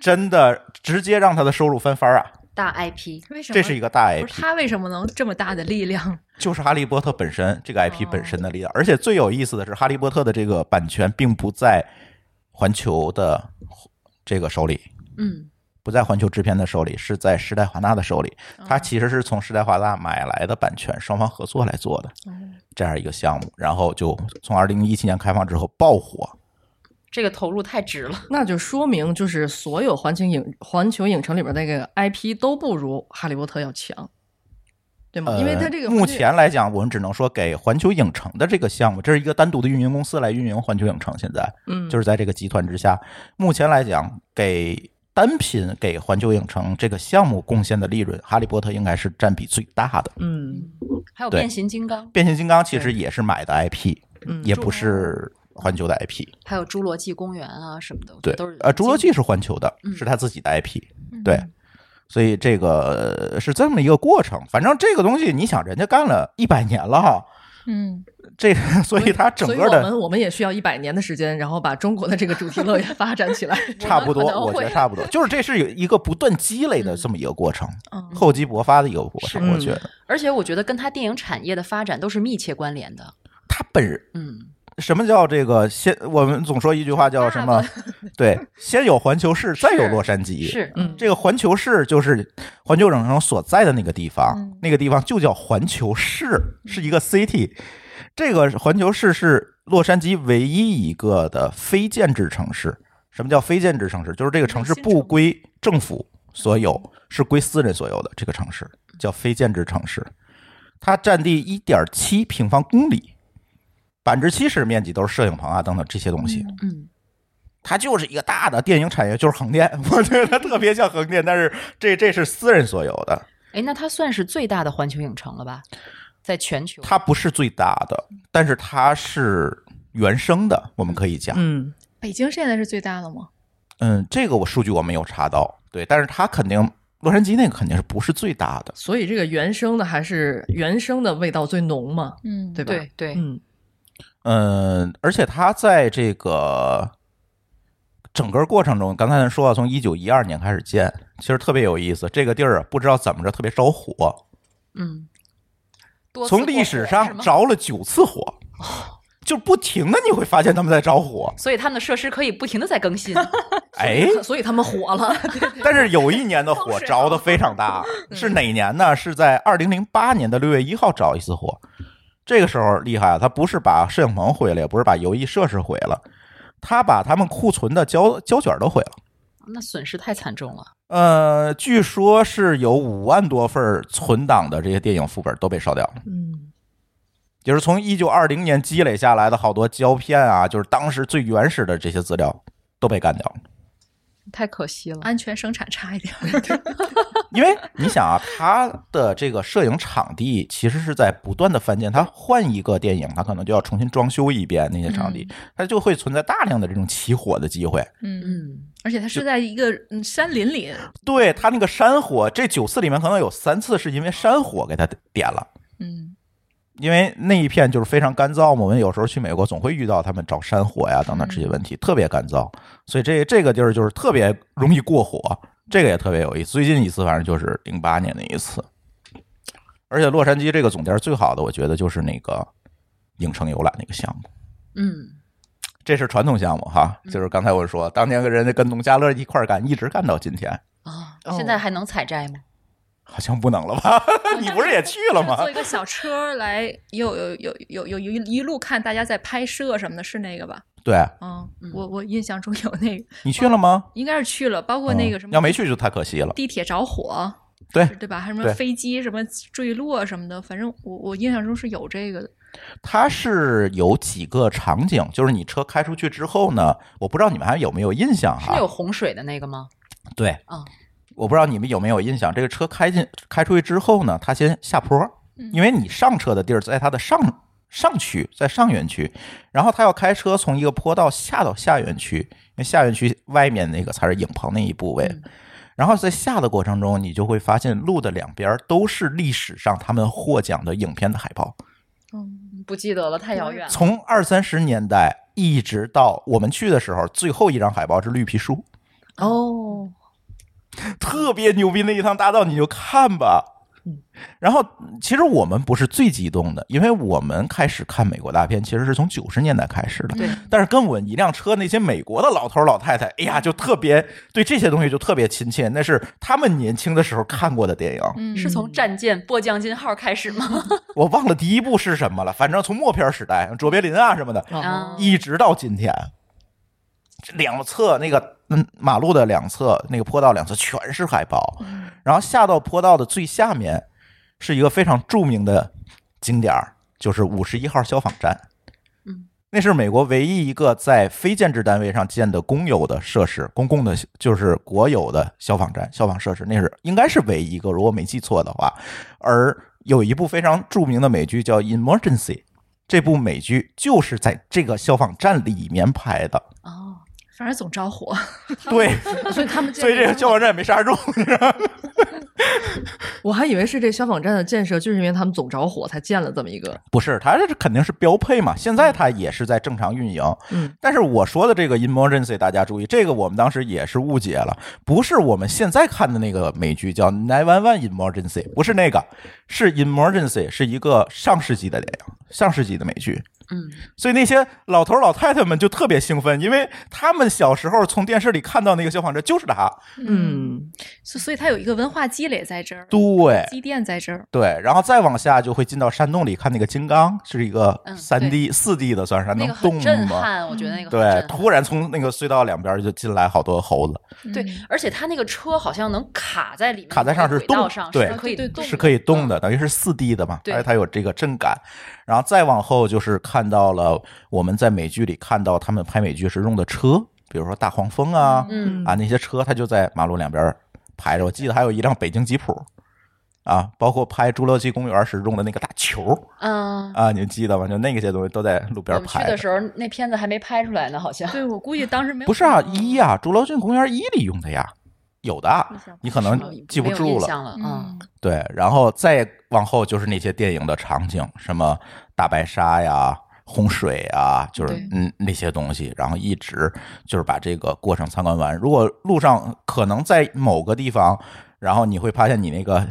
真的直接让它的收入翻番啊！
大 IP，
为什么？
这是一个大
不
IP，
是他为什么能这么大的力量？
就是《哈利波特》本身这个 IP
哦
本身的力量，而且最有意思的是，《哈利波特》的这个版权并不在环球的这个手里，
嗯
不在环球制片的手里，是在时代华纳的手里。
哦
它其实是从时代华纳买来的版权，双方合作来做的
哦
这样一个项目。然后就从二零一七年开放之后爆火，
这个投入太值了。
那就说明就是所有环球影环球影城里边那个 IP 都不如《哈利波特》要强，对吗？
呃
因为它这个
目
环球
前来讲，我们只能说给环球影城的这个项目，这是一个单独的运营公司来运营环球影城。现在，
嗯
就是在这个集团之下，目前来讲，给单品给环球影城这个项目贡献的利润，《哈利波特》应该是占比最大的。
嗯
还有
对
变形金刚，
变形金刚其实也是买的 IP，
嗯
也不是环球的 IP。
还有侏罗纪公园啊什么的，我觉
对
得都是，
呃，侏罗纪是环球的
嗯，
是他自己的 IP。对，
嗯
所以这个呃是这么一个过程。反正这个东西，你想，人家干了一百年了哈，
嗯，
这 所以它整个
所以我
的
们我们也需要一百年的时间，然后把中国的这个主题乐 园发展起来。
差不多
我们可，能
我觉得
会
差不多，就是这是有一个不断积累的这么一个过程，
嗯
厚积薄发的一个过程。
是
我觉得
而且我觉得跟它电影产业的发展都是密切关联的。
它本人
嗯，
什么叫这个先？我们总说一句话叫什么？对，先有环球市，再有洛杉 矶。
是，
嗯，
这个环球市就是环球影城所在的那个地方，
嗯
那个地方就叫环球市，是一个 city。这个环球市是洛杉矶唯一一个的非建制城市。什么叫非建制城市？就是这个城市
新城
不归政府所有，是归私人所有的。这个城市叫非建制城市，它占地一点七平方公里，百分之七十面积都是摄影棚啊等等这些东西。
嗯，
它就是一个大的电影产业，就是横店， 我觉得它特别像横店，但是这这是私人所有的，
哎，那它算是最大的环球影城了吧？在全球，
它不是最大的，但是它是原生的，我们可以讲，
嗯
北京现在是最大的吗？
嗯，这个我数据我没有查到，对，但是它肯定洛杉矶那个肯定是不是最大的，
所以这个原生的还是原生的味道最浓嘛，
嗯
对吧？
对对，
嗯
嗯，而且它在这个整个过程中，刚才咱说了，从一九一二年开始建，其实特别有意思，这个地儿啊不知道怎么着特别着火，
嗯，多次
从
过
历史
火是
上
吗
着了九次 火，就不停的你会发现他们在着 火。
所以他们的设施可以不停的在更新。
哎，
所以他们火了，
但是有一年的火着的非常大，
啊
是哪年呢？是在二零零八年的六月一号着一次火。这个时候厉害了，啊他不是把摄影棚毁了，也不是把游艺设施毁了，他把他们库存的胶胶卷都毁了。
那损失太惨重了。
呃，据说是有五万多份儿存档的这些电影副本都被烧掉了。
嗯
就是从一九二零年积累下来的好多胶片啊，就是当时最原始的这些资料都被干掉了。
太可惜了，
安全生产差一点儿。
因为你想啊，它的这个摄影场地其实是在不断的翻建，它换一个电影，它可能就要重新装修一遍那些场地，它就会存在大量的这种起火的机会。
嗯，
嗯，
而且它是在一个嗯山林里，
对它那个山火，这九次里面可能有三次是因为山火给它点了。
嗯
因为那一片就是非常干燥嘛，我们有时候去美国总会遇到他们找山火呀等等这些问题，特别干燥，所以这这个地儿就是特别容易过火，这个也特别有意思。最近一次反正就是零八年那一次，而且洛杉矶这个总店最好的，我觉得就是那个影城游览那个项目，
嗯，
这是传统项目哈，就是刚才我说，当年跟人家跟农家乐一块儿干，一直干到今天，
啊、
哦
现在还能采摘吗？
好像不能了吧？ 你不是也去 了
就
吗
坐？一个小车来，有有有有有有一一路看大家在拍摄什么的，是那个吧？
对
嗯，我我印象中有那个，
你去了吗？
应该是去了，包哦括那个什么，
嗯要没去就太可惜了。
地铁着火，
对
对吧？还有什
对
么飞机什么坠落什么的，反正我我印象中是有这个的。
它是有几个场景，就是你车开出去之后呢，我不知道你们还有没有印象
是
哈、
那有洪水的那个吗？
对，
啊
我不知道你们有没有印象，这个车开进开出去之后呢，它先下坡，因为你上车的地儿在它的上上区，在上园区，然后它要开车从一个坡道下到下园区，因为下园区外面那个才是影棚那一部位。然后在下的过程中，你就会发现路的两边都是历史上他们获奖的影片的海报，
嗯，
不记得了，太遥远了。
从二三十年代一直到我们去的时候，最后一张海报是绿皮书。
哦，
特别牛逼那一趟大道，你就看吧。然后，其实我们不是最激动的，因为我们开始看美国大片，其实是从九十年代开始
嗯
的。
对，
但是跟我们一辆车那些美国的老头老太太，哎呀，就特别对这些东西就特别亲切，那是他们年轻的时候看过的电影。
嗯
是从战舰迫降金号开始吗？
我忘了第一部是什么了，反正从默片时代，卓别林啊什么的，
哦
啊，
一直到今天，两侧那个嗯马路的两侧那个坡道两侧全是海报，然后下到坡道的最下面是一个非常著名的景点儿就是五十一号消防站。
嗯，
那是美国唯一一个在非建制单位上建的公有的设施，公共的就是国有的消防站、消防设施，那是应该是唯一一个，如果没记错的话。而有一部非常著名的美剧叫《Emergency》。这部美剧就是在这个消防站里面拍的，
哦，
反正总着火，
对，
所以他们
所以这个消防站也没啥用。
我还以为是这消防站的建设，就是因为他们总着火才建了这么一个。
不是，它这肯定是标配嘛。现在它也是在正常运营，
嗯，
但是我说的这个 emergency，大家注意，这个我们当时也是误解了，不是我们现在看的那个美剧叫《911 emergency》，不是那个，是 emergency，是一个上世纪的电影，上世纪的美剧。
嗯，
所以那些老头老太太们就特别兴奋，因为他们小时候从电视里看到那个消防车就是它。
嗯，
所所以它有一个文化积累在这儿，
对
积淀在这儿。
对，然后再往下就会进到山洞里看那个金刚，是一个
嗯
三 D、四 D 的，算是还
那
能
个很
动
震
吗？
撼，我觉得那个很
对，
震撼。
突然从那个隧道两边就进来好多猴子，
对，
嗯
而且它那个车好像能卡在里面，
卡在上是
轨道
动
上，
对
是可以
对对
动的，嗯
是可以动的，等于是四 D 的嘛，
对
而且它有这个震感。然后再往后就是看到了我们在美剧里看到他们拍美剧时用的车，比如说大黄蜂啊、
嗯。嗯，
啊那些车，它就在马路两边排着。我记得还有一辆北京吉普。啊，包括拍《侏罗纪公园》时用的那个大球
嗯，
啊，你们记得吗？就那些东西都在路
我
边
们去
拍
的时候那片子还没拍出来呢，好像。
对，我估计当时没有
不是啊，
什么
一呀、侏罗纪公园》一里用的呀，有的
印象，
你可能记不
没有
住
印
了。
象了，嗯，
对，然后再往后就是那些电影的场景，什么大白鲨呀、洪水啊，就是
对
嗯那些东西，然后一直就是把这个过程参观完。如果路上可能在某个地方，然后你会发现你那个，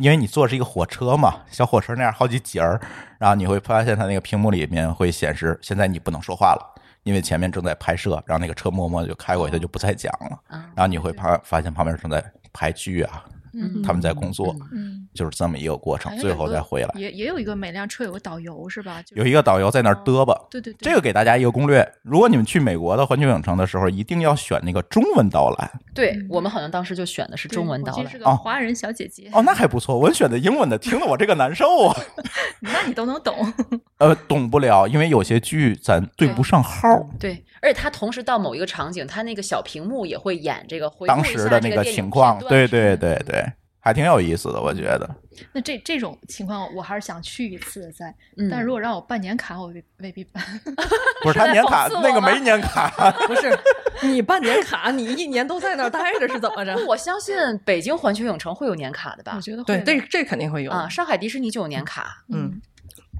因为你坐的是一个火车嘛，小火车那样好几节儿，然后你会发现它那个屏幕里面会显示现在你不能说话了。因为前面正在拍摄，然后那个车默默地就开过去，它就不再讲了。
啊
然后你会发发现旁边正在拍剧啊，
嗯
他们在工作。
嗯，
就是这么一个过
哎
程，
好像
最
有
后
个
再回来。
也也有一个每辆车有个导游是吧？就是
有一个导游在那儿
哦
嘚吧，
对对对，
这个给大家一个攻略。如果你们去美国的环球影城的时候，一定要选那个中文导 览
对
嗯
我们好像当时就选的是
对
中文
我
导
记得
览
是，
哦
个华人小姐姐，
哦，那还不错。我选的英文的，听得我这个难受 啊。
那你都能懂。
呃，懂不了，因为有些剧咱对不上号。
对，而且它同时到某一个场景，它那个小屏幕也会演这个回顾
当
一
时
下
的
这
那
个电影
情况，
片段
对对对对，还挺有意思的，我觉 得。
那这这种情况，我还是想去一次再。
嗯
但如果让我办年卡，我未未必办。
不是
是
他
在
年
讽
卡
刺我
那个
吗
没年卡，
不是，你办年卡，你一年都在那儿待着是怎么着？
我相信北京环球影城会有年卡的吧
我？觉得会
对，
的
这这肯定会有
啊，上海迪士尼就有年卡，
嗯，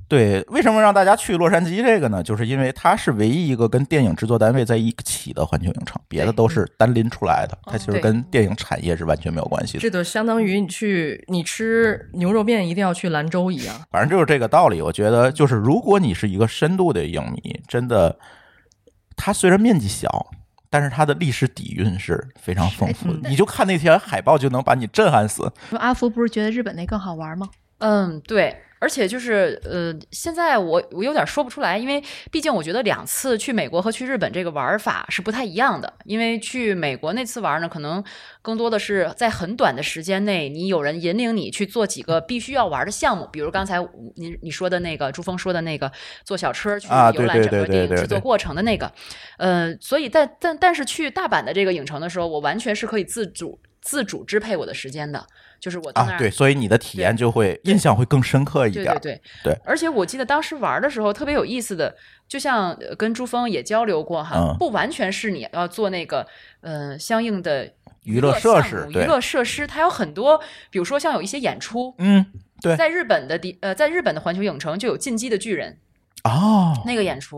对，为什么让大家去洛杉矶这个呢？就是因为它是唯一一个跟电影制作单位在一起的环球影城，别的都是单拎出来的，它其实
嗯哦对
跟电影产业是完全没有关系的
这。就相当于你去你吃牛肉面一定要去兰州一 样。
反正就是这个道理。我觉得，就是如果你是一个深度的影迷，真的，它虽然面积小，但是它的历史底蕴是非常
哎
丰富
是
嗯
的，你就看那些海报就能把你震撼死。
说阿福不是觉得日本那更好 玩吗？
嗯，对，而且就是呃，现在我我有点说不出来，因为毕竟我觉得两次去美国和去日本这个玩法是不太一样的。因为去美国那次玩呢，可能更多的是在很短的时间内，你有人引领你去做几个必须要玩的项目，比如刚才你你说的那个朱峰说的那个坐小车去
啊
游览
对对
整个
对对
电影
对
制作
对
过程的那个。呃，所以但但但是去大阪的这个影城的时候，我完全是可以自主自主支配我的时间的，就是我到那儿、
啊，对，所以你的体验就会印象会更深刻一
对
点
对
儿。
对
对
而且我记得当时玩的时候特别有意思的，就像呃跟朱峰也交流过哈，
嗯
不完全是你要做那个呃相应的
娱乐设
项
施
目，娱
对，
乐设施它有很多，比如说像有一些演出。
嗯，对
在日本的迪呃，在日本的环球影城就有《进击的巨人
哦》，
那个演出，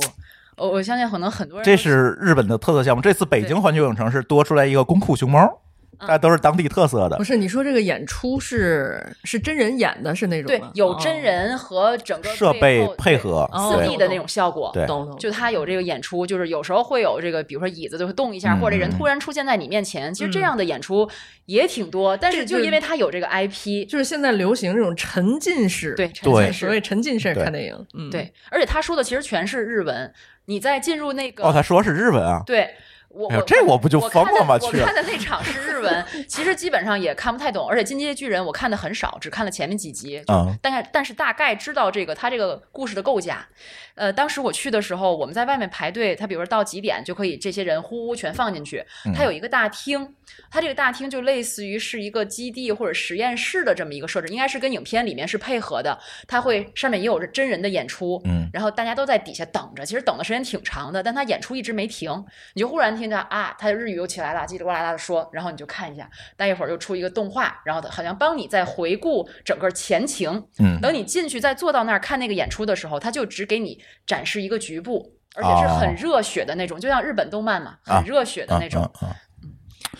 我、我相信可能很多人
这
都
是日本的特色项目。这次北京环球影城是多出来一个宫库熊猫，
嗯
大家都是当地特色的
不。是，你说这个演出是是真人演的，是那种
对
吗
有真，人和整个
啊设备配合，
哦
四
对
D 的那种效果，
对
哦懂懂，
就他有这个演出，就是有时候会有这个，比如说椅子就会动一下，
嗯
或者人突然出现在你面前。其实这样的演出也挺多，但是就因为他有这个 IP，
就是现在流行这种沉浸式，
对，
对
陈先
所
生
谓沉浸式
对
看电影，嗯，
对，而且他说的其实全是日文。你在进入那个
哦，他说是日文啊，
对。我
哎呦这我不就
看
疯了
的
吗去
我看的那场是日文， 其实基本上也看不太懂，而且《进击的巨人》我看的很少，只看了前面几集。就
嗯
但但是大概知道这个他这个故事的构架。呃，当时我去的时候，我们在外面排队，他比如说到几点就可以这些人呼呼全放进去。它有一个大厅，它这个大厅就类似于是一个基地或者实验室的这么一个设置，应该是跟影片里面是配合的。它会上面也有着真人的演出，
嗯，
然后大家都在底下等着，其实等的时间挺长的，但他演出一直没停，你就忽然听着啊，他的日语又起来了，叽里呱啦啦的说，然后你就看一下，待一会儿又出一个动画，然后好像帮你再回顾整个前情，
嗯
等你进去再坐到那儿看那个演出的时候，他就只给你展示一个局部。而且是很
哦
热血的那种，就像日本动漫嘛，
啊
很热血的
啊
那种。
啊啊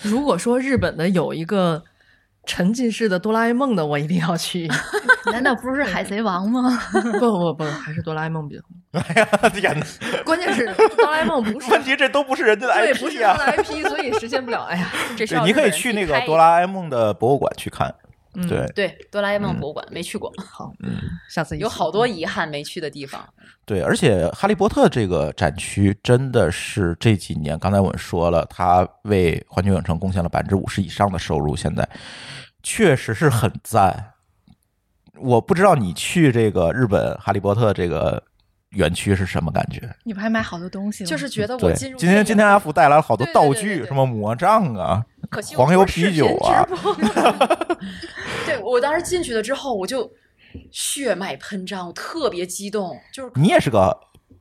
如果说日本的有一个沉浸式的哆啦 A 梦的，我一定要去。
难道不是海贼王吗？
不不不，还是哆啦 A 梦比较好。
啊！ 天哪，
关键是哆啦 A 梦不是
问题这都不是 人家的
对，不
IP
是哆
啊。
啦 IP，所以实现不了。哎呀，
这是
嗯对，
要
你
日
可
本
以
人
去
一
那个
开一
哆啦 A 梦的博物馆去看。
嗯
对，
对哆啦 A
嗯
梦博物馆、没去过，
好，下次一起
有好多遗憾没去的地方。
对，而且《哈利波特》这个展区真的是这几年，刚才我们说了，它为环球影城贡献了百分之五十以上的收入，现在确实是很赞。我不知道你去这个日本《哈利波特》这个园区是什么感觉？
你们还买好多东西了，
就是觉得呃我
嗯对，
进
今
入
天今天阿福带来了好多
对对
道
对对
具，
对
什么魔杖啊，
可惜我
黄油
做视
啤
频
酒啊
直播。 对我当时进去了之后，我就血脉喷张，我特别激动，就是
你也是个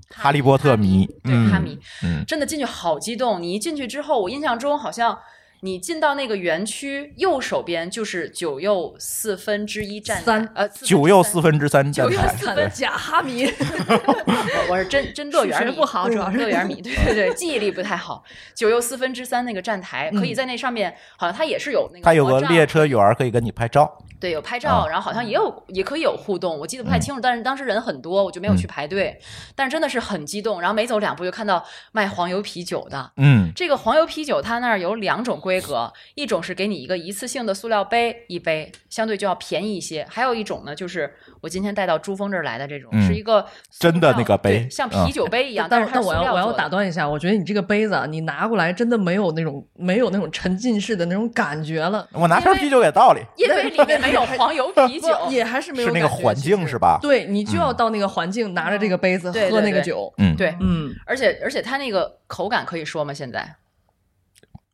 哈利波特迷，
对
嗯
哈迷，
嗯，
真的进去好激动。你一进去之后，我印象中好像。你进到那个园区，右手边就是九又四分之一站台，
三
呃，
九又四分之三站
九又
台，
四
看
分
的假哈迷，
我我是真真乐园
数学
迷，
不好主要是
乐园 迷，对对对，记忆力不太好。九又四分之三那个站台，可以在那上面，好像它也是有那个
嗯它有
魔
个
杖
列车员可以跟你拍照。
对，有拍
啊嗯
照，然后好像也有
嗯
也可以有互动，我记得不太清楚，但是当时人很多，我就没有去排队，但是真的是很激动，然后每走两步就看到卖黄油啤酒的。
嗯，
这个黄油啤酒它那儿有两种规格，一种是给你一个一次性的塑料杯一杯，相对就要便宜一些；还有一种呢，就是我今天带到珠峰这儿来的这种，
嗯
是一个塑料
真的那个杯
对像
嗯
啤酒杯一样，但
但
是
是
它
但
是塑
我
料
要我要
做的
打断一下，我觉得你这个杯子啊，你拿过来真的没有那种没有那种沉浸式的那种感觉了。。
我拿瓶啤酒给倒里，
因为里面没有黄油啤酒
不也还是没有
是那个
感觉
环
其
境
实
是吧
对你就要到那个环境，拿着这个杯子
对
喝
对
那个
对
酒。
嗯，，
对，
嗯，
而且而且它那个口感可以说吗？现在，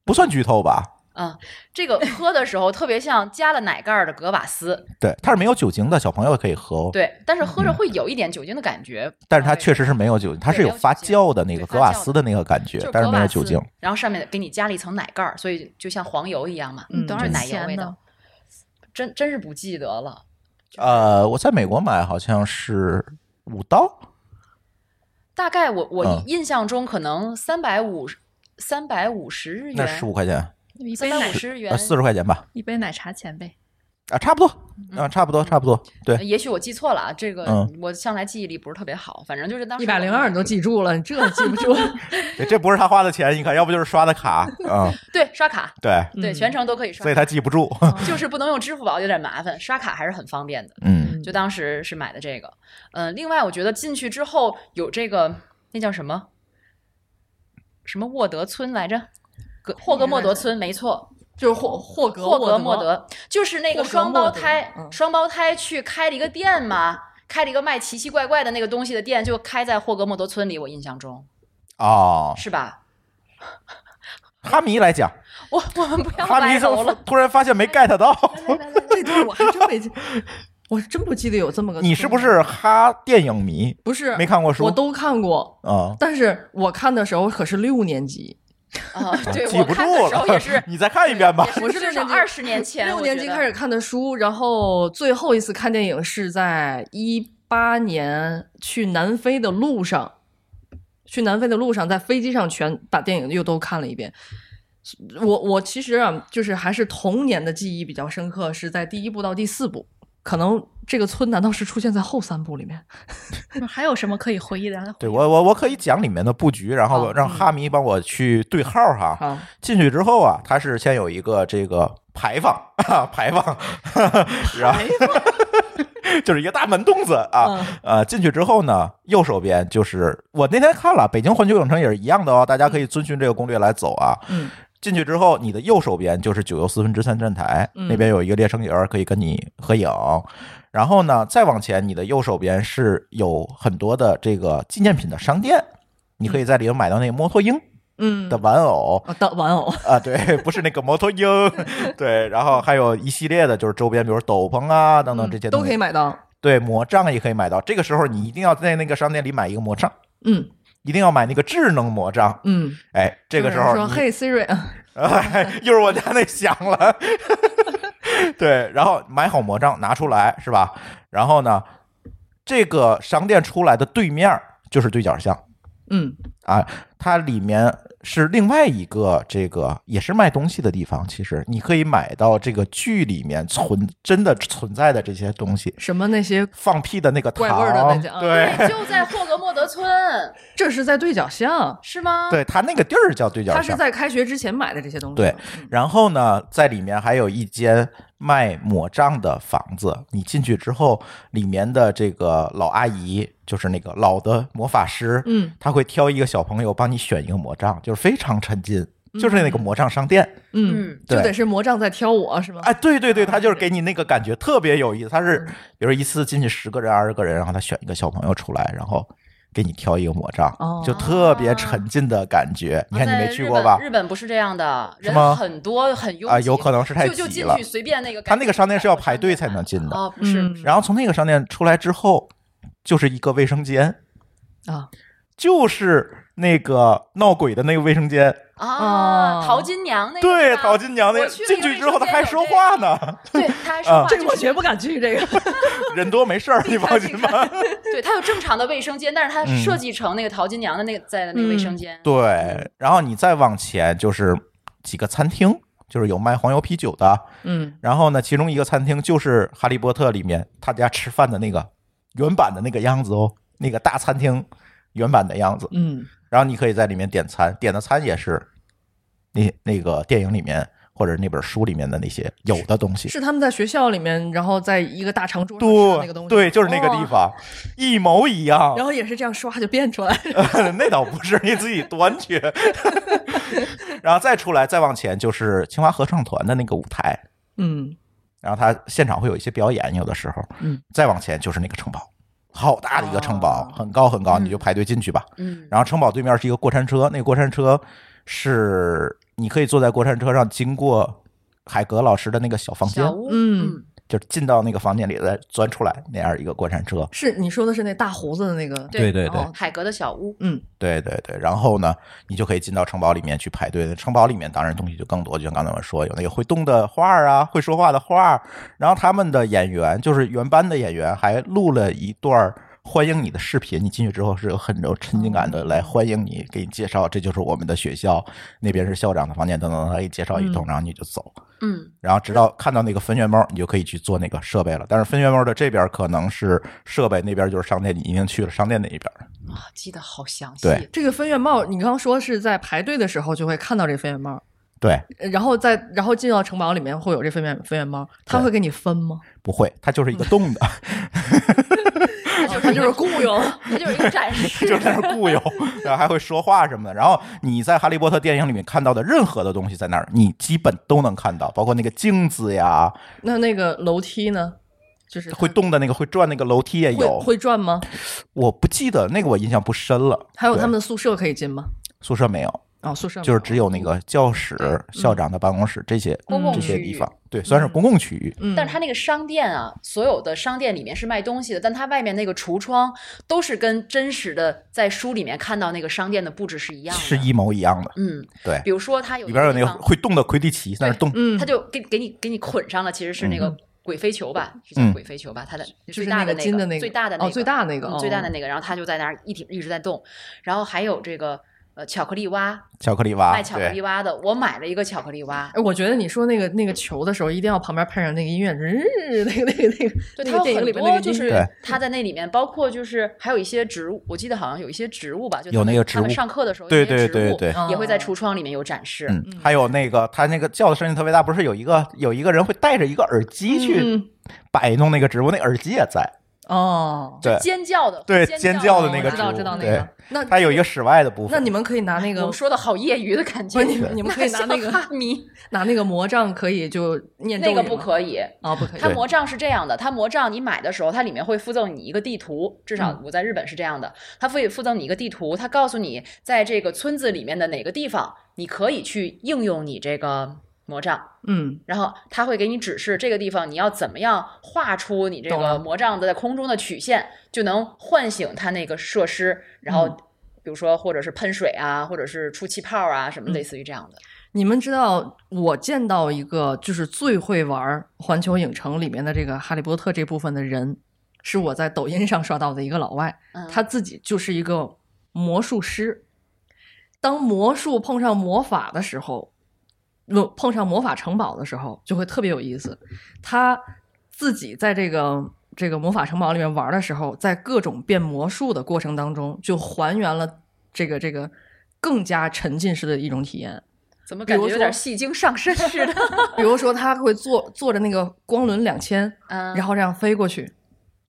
不算剧透吧？
嗯，这个喝的时候特别像加了奶盖儿的格瓦斯，
对，它是没有酒精的，小朋友可以喝哦。，
对，但是喝着会有一点酒精的感觉。
但是它确实是没有酒精，它是有发酵的那个
对
格瓦斯的那个感
就
觉
是，
但是
格
没有
瓦
酒
斯
精。，
然后上面给你加了一层奶盖儿，所以就像黄油一样嘛，
嗯
多
就
少
是奶油味
钱
道
呢？。
真真是不记得了，
呃，我在美国买好像是五刀，
大概我我
嗯
印象中可能三百五三百五十日
那十
元，
五块钱，呃
一杯
三百
奶
啊
五十日元
呃，四十块钱吧。
一杯奶茶钱呗。
啊，差不多啊，差不多，差不多，对，
也许我记错了啊，这个
嗯
我向来记忆力不是特别好，反正就是当时
一百零二你都记住了，你这记不住？
对这不是他花的钱，你看，要不就是刷的卡，嗯，
对刷卡，
对，
对
嗯
全程都可以刷
所以，他记不住， 嗯
就是不能用支付宝有点麻烦，刷卡还是很方便的。
嗯
就当时是买的这个，嗯，另外我觉得进去之后有这个那叫什么什么沃德村来着，格霍格莫德村，没错，
就是霍霍格
霍格
莫
莫， 德，就是那个
霍格
双
莫
胞
德
胎，
嗯
双胞胎去开了一个店嘛，开了一个卖奇奇怪怪的那个东西的店，就开在霍格莫德村里，我印象中
哦，
是吧？
哈迷来讲，
我我们不要
哈迷
歪楼
就
了，
突然发现没 get 到，
这段我还真没记，我真不记得有这么个村。
你是不是哈电影迷？
不是
没看过书
我都看过，
啊，
但是我看的时候可是六年级，
啊、 对
记
我
不
看的
住
时候也 是
了，，你再看一遍吧。
也
我是
至
六
少
年级
二十年前，
六
啊我
年
觉
级
得
开始看的书，然后最后一次看电影是在一八年去南非的路上，去南非的路上，在飞机上全把电影又都看了一遍。我我其实啊，就是还是童年的记忆比较深刻，是在第一部到第四部。可能这个村难道是出现在后三部里面？
嗯还有什么可以回忆的？让他
对我我我可以讲里面的布局，然后
好
嗯
让哈迷帮我去对号哈。
好，
进去之后啊，它是先有一个这个牌坊， 啊、牌坊，然后 就是一个大门洞子啊。
嗯
呃，进去之后呢，右手边就是我那天看了，北京环球影城也是一样的哦，大家
嗯
可以遵循这个攻略来走啊。
嗯，
进去之后，你的右手边就是九又四分之三站台，
嗯
那边有一个列车员可以跟你合影。然后呢，再往前，你的右手边是有很多的这个纪念品的商店，你可以在里头买到那个猫头鹰
嗯
的玩偶
啊，的玩偶，
啊，对， 不是那个猫头鹰，对。然后还有一系列的就是周边，比如斗篷啊等等这些
嗯都
东
可以
西，
买到。
对，魔杖也可以买到。这个时候你一定要在那个商店里买一个魔杖，
嗯
一定要买那个智能魔杖。
嗯，
哎，这个时
有人
候
说
你
嘿 Siri，啊
哎， 又是我家那响了。 对，然后买好魔杖拿出来是吧？然后呢，这个商店出来的对面儿就是对角巷
嗯
啊，它里面是另外一个这个也是卖东西的地方。其实你可以买到这个剧里面存真的存在的这些东西，
什么那些
放屁的那个糖
怪味儿的那些啊
对。
对，就在霍格莫德村，
这是在对角巷，
是吗？
对他那个地儿叫对角
他是
巷，
在开学之前买的这些东西。
对，然后呢，在里面还有一间卖魔杖的房子。你进去之后，里面的这个老阿姨，就是那个老的魔法师，
嗯，
他会挑一个小朋友帮你选一个魔杖，就是非常沉浸，就是那个魔杖商店。
嗯，
嗯，
就
对
得是魔杖在挑我是吗？
哎，对对对，他就是给你那个感觉特别有意思。他是
嗯
比如一次进去十个人、二十个人，然后他选一个小朋友出来，然后。给你挑一个魔杖，
哦
就特别沉浸的感觉。你看你
哦在
没去
日
过
本
吧？
日本不是这样的，
是
人
吗
很多，很拥
啊
挤
有可能是太
就就
挤
进
了
去随便那个感觉。
他那个商店是要排队才能进的。
哦，不是，
嗯
不是
然后从那个商店出来之后，就是一个卫生间，
啊，
就是那个闹鬼的那个卫生间。
啊，
哦
淘金娘
嗯
那个
对，
吧
陶金娘那
我去那
进
个
去之后，她
卫生间
还说
有这个
话呢，
对，他还说话，
啊
就
这
是
个我绝不敢去，这 个
人多没事儿，你放心吧。
对，它有正常的卫生间，但
嗯
是它设计成那个淘金娘的那个在的那个卫生间，
对，然后你再往前就是几个餐厅，就是有卖黄油啤酒的。
嗯，
然后呢，其中一个餐厅就是《哈利波特》里面他家吃饭的那个原版的那个样子哦，那个大餐厅原版的样子。
嗯
然后你可以在里面点餐，点的餐也是那那个电影里面或者那本书里面的那些有的东西。
是他们在学校里面，然后在一个大长桌上吃的那个东
对对，
西，
就是那个地
哦
方，一模一样
然。后也是这样刷就变出来，
那倒不是，你自己端去。 然后再出来，再往前就是清华合唱团的那个舞台，
嗯，
然后他现场会有一些表演，有的时候。
嗯，
再往前就是那个城堡，好大的一个城堡，
哦
很高很高，你就排队进去吧。
嗯，
然后城堡对面是一个过山车，那个过山车是你可以坐在过山车上经过海格老师的那个小房间
小，屋，
嗯，
就是进到那个房间里再钻出来那样一个过山车。
是你说的是那大胡子的那个，
对
对
哦
海格的小屋，
对对对，然后呢，你就可以进到城堡里面去排队。城堡里面当然东西就更多，就像刚才我说，有那个会动的画儿啊，会说话的画儿。然后他们的演员就是原班的演员，还录了一段儿欢迎你的视频，你进去之后是有很有沉浸感的来欢迎你，给你介绍，这就是我们的学校，那边是校长的房间等等，他给你介绍一通，然后你就走。
嗯，
然后直到看到那个分院猫，你就可以去做那个设备了。但是分院猫的这边可能是设备，那边就是商店，你已经去了商店那一边。
啊，记得好详细。
对
这个分院帽，你刚刚说是在排队的时候就会看到这分院帽，
对，
呃然后在然后进到城堡里面会有这分院分院帽，他
对
会给你分 吗？
不会，它就是一个动 的，
他就
他就是雇佣，
他啊就是一 个展示，
就是在那儿固有，然后还会说话什么的。然后你在《哈利波特》电影里面看到的任何的东西，在那儿你基本都能看到，包括那个镜子呀，
嗯
那那个楼梯呢？就是它
会动的那个会转那个楼梯也
会
有。
会转吗？
我不记得那个，我印象不深了。
还有他
对
们的宿舍可以进吗？
宿舍没有，
哦，宿舍
嗯
就是
没
只有那个教室、校长的办公室这些
公共
这些
区
地
域。
方，对，虽然是公共区域，
嗯，
但是它那个商店啊，所有的商店里面是卖东西的，但它外面那个橱窗都是跟真实的在书里面看到那个商店的布置是一样的。
是一模一样的。
嗯，
对
比如说它有
里边有
一
那
地
个
方
会动的魁地奇在那动，
嗯
他，就给给你给你捆上了，其实是那个鬼飞球吧，是
嗯
叫鬼飞球吧，它的
就是
最大
那
的
个金的那个
最大的
哦最大那个
嗯
哦
最大的那个，然后他就在那儿一挺一直在动，然后还有这个呃巧克力蛙，
巧克力蛙，
卖巧克力
啊对，
蛙的，我买了一个巧克力蛙，
哎，我觉得你说那个那个球的时候，一定要旁边配上那个音乐，嗯，那个那个那个，
对，它
那个
有
电影
很
里面那
多
个
就是
音乐
对
它在那里面，包括就是还有一些植物，我记得好像有一些植物吧，就
有
他们
那个植
他们
物
上课的时候
对
有一些
对
植
对
物
对
嗯
也会在橱窗里面有展示，
嗯，还有那个他那个叫的声音特别大，不是有一个有一个人会带着一个耳机去
嗯
摆弄那个植物，那耳机也在，
哦，
对，
尖叫的
对尖
尖
叫的
哦
那
我
个
知
知道
道
植物
知道那
对
个，那
它有一个室外的部
那
分
你。们可以拿那
哎我
个
们。说的好业余的感
不
觉，
是你们，你们可以拿 那
像
个
哈迷
拿那个魔杖，可以就念咒
那
语
个
吗
不可以，
啊，不可以。
它魔杖是这样的，它魔杖你买的时候，它里面会附赠你一个地图，至少
嗯
我在日本是这样的，它会附赠你一个地图，它告诉你在这个村子里面的哪个地方你可以去应用你这个魔杖。
嗯，
然后它会给你指示这个地方你要怎么样画出你这
懂了
个魔杖的在空中的曲线，就能唤醒它那个设施，然后
嗯
比如说或者是喷水啊，或者是出气泡啊什么
嗯
类似于这样的。
你们知道我见到一个就是最会玩环球影城里面的这个《哈利波特》这部分的人，是我在抖音上刷到的一个老外，
嗯，
他自己就是一个魔术师。当魔术碰上魔法的时候，嗯碰上魔法城堡的时候，就会特别有意思。他自己在这个这个魔法城堡里面玩的时候，在各种变魔术的过程当中，就还原了这个这个更加沉浸式的一种体验。
怎么感
比
觉
如
有点
说
戏精上 身似的？
比如说，他会坐坐着那个光轮两千，
嗯，
然后这样飞过去，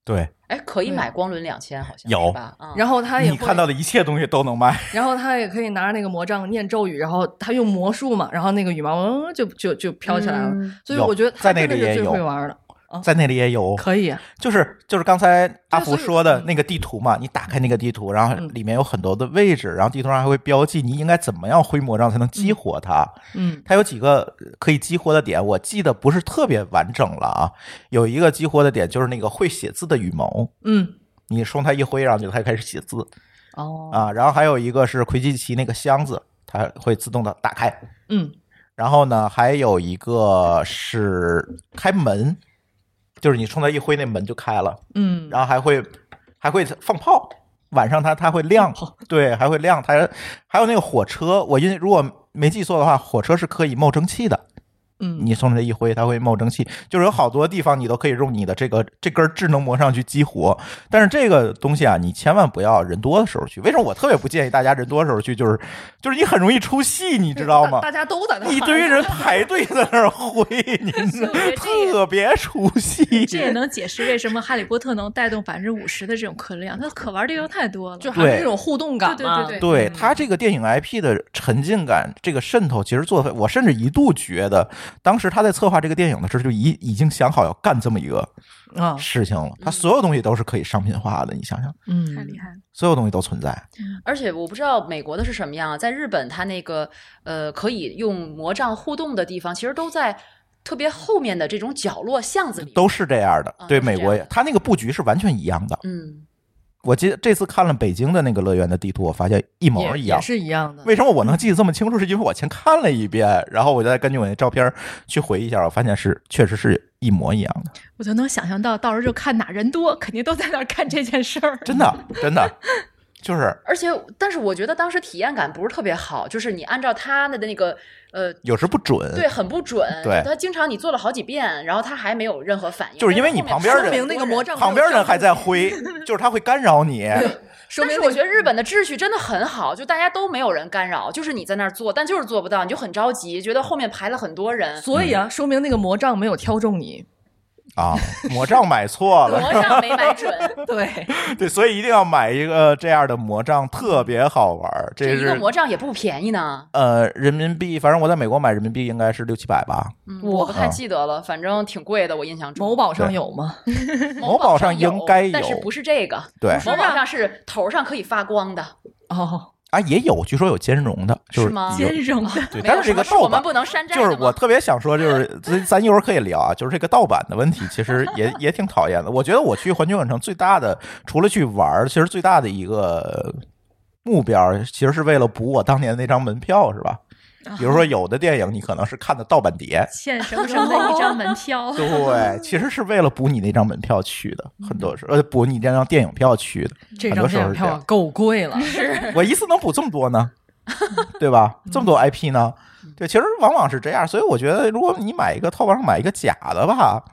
对啊
哎，可以
对
买光轮两千，好像
有
是吧？嗯，
然后他也
你
会
看到的一切东西都能卖，
然后他也可以拿着那个魔杖念咒语，然后他用魔术嘛，然后那个羽毛嗡就就就飘起来了。
嗯
所以
有
我觉得
在
他
那
真的
里
是
也
最
有
会玩的，
在那里也有，
哦可以啊、
就是就是刚才阿福
所以
说的那个地图嘛，你打开那个地图，然后
嗯
里面有很多的位置，然后地图上还会标记你应该怎么样挥魔杖才能激活它。
嗯
它有几个可以激活的点，我记得不是特别完整了啊。有一个激活的点就是那个会写字的羽毛，
嗯，
你冲它一挥，然后就它就开始写字
哦，
啊。然后还有一个是魁地奇那个箱子，它会自动的打开。
嗯，
然后呢，还有一个是开门，就是你冲它一挥，那门就开了。
嗯，
然后还会还会放炮，晚上它它会亮，对，还会亮。它还有那个火车，我因如果没记错的话，火车是可以冒蒸汽的。
嗯，
你冲着它一挥，它会冒蒸汽，就是有好多地方你都可以用你的这个这根智能魔杖去激活。但是这个东西啊，你千万不要人多的时候去。为什么我特别不建议大家人多的时候去？就是就是你很容易出戏，你知道吗？
大大家都在 那
一
玩
堆人排队在那儿 挥，你
所以我觉得这个
特别出戏。
这也能解释为什么《哈利波特》能带动百分之五十的这种客流量，它可玩的地方太多了。
就还是
对
这种互动感嘛，
对对对
对它这个电影 IP 的沉浸感，这个渗透，其实做的，我甚至一度觉得，当时他在策划这个电影的时候，就已已经想好要干这么一个
啊，
事情了。他所有东西都是可以商品化的，你想想，
太
嗯
厉，害了！
所有东西都存在。
而且我不知道美国的是什么样啊，在日本，它那个呃可以用魔杖互动的地方，其实都在特别后面的这种角落巷子里。
都是这样的
啊，
对
都是
美
这
国
样
也，它那个布局是完全一样的。
嗯，
我记得这次看了北京的那个乐园的地图，我发现一模
也
一样
也。是一样的。
为什么我能记得这么清楚？是因为我先看了一遍，然后我再根据我那照片去回忆一下，我发现是确实是一模一样的，
我就能想象到，到时候就看哪人多，肯定都在那儿干这件事儿。
真的真的就是
而且，但是我觉得当时体验感不是特别好，就是你按照他的那个呃，
有时不准。
对，，很不准。
对
他经常你做了好几遍，然后他还没有任何反应，
就是因为你
但是
旁
后
边
面说
人
明
说明那个魔杖
旁边人还在挥，就是他会干扰你。
说
但是
明那
我
个
觉得
嗯
日本的秩序真的很好，就大家都没有人干扰，就是你在那儿做，但就是做不到，你就很着急，觉得后面排了很多人。
所以
嗯
啊，说明那个魔杖没有挑中你。
啊，魔杖买错了，
魔杖没 买准，
对，
对，所以一定要买一个呃这样的魔杖，特别好玩儿。
这
这
一个
是
魔杖也不便宜呢。
呃人民币，反正我在美国买人民币应该是六七百吧，
嗯
哇
我不太记得了，反正挺贵的，我印象 中。
某宝上有吗？
某宝上
有
应该有
但是不是这个？
对
某宝上是头上可以发光的，
哦，
啊也有，据说有兼容的，就是
是吗
有
兼容的，，
对，
没有
但是这个
什么我
盗
们
版
不能山寨
就
的吗
是我特别想说，就是 咱咱一会儿可以聊啊，就是这个盗版的问题，其实也也挺讨厌的。我觉得我去环球影城最大的，除了去玩儿，其实最大的一个目标，其实是为了补我当年那张门票，是吧？
啊
比如说有的电影你可能是看的盗版碟，
现生生 的一张门票
对，其实是为了补你那张门票去的，很多时候呃补你那张电影票去的。
这
很多
张
时候
电
是
影
这样
票够贵了。
我一次能补这么多呢，对吧？这么多 IP 呢？对，其实往往是这样，所以我觉得，如果你买一个淘宝上买一个假的吧，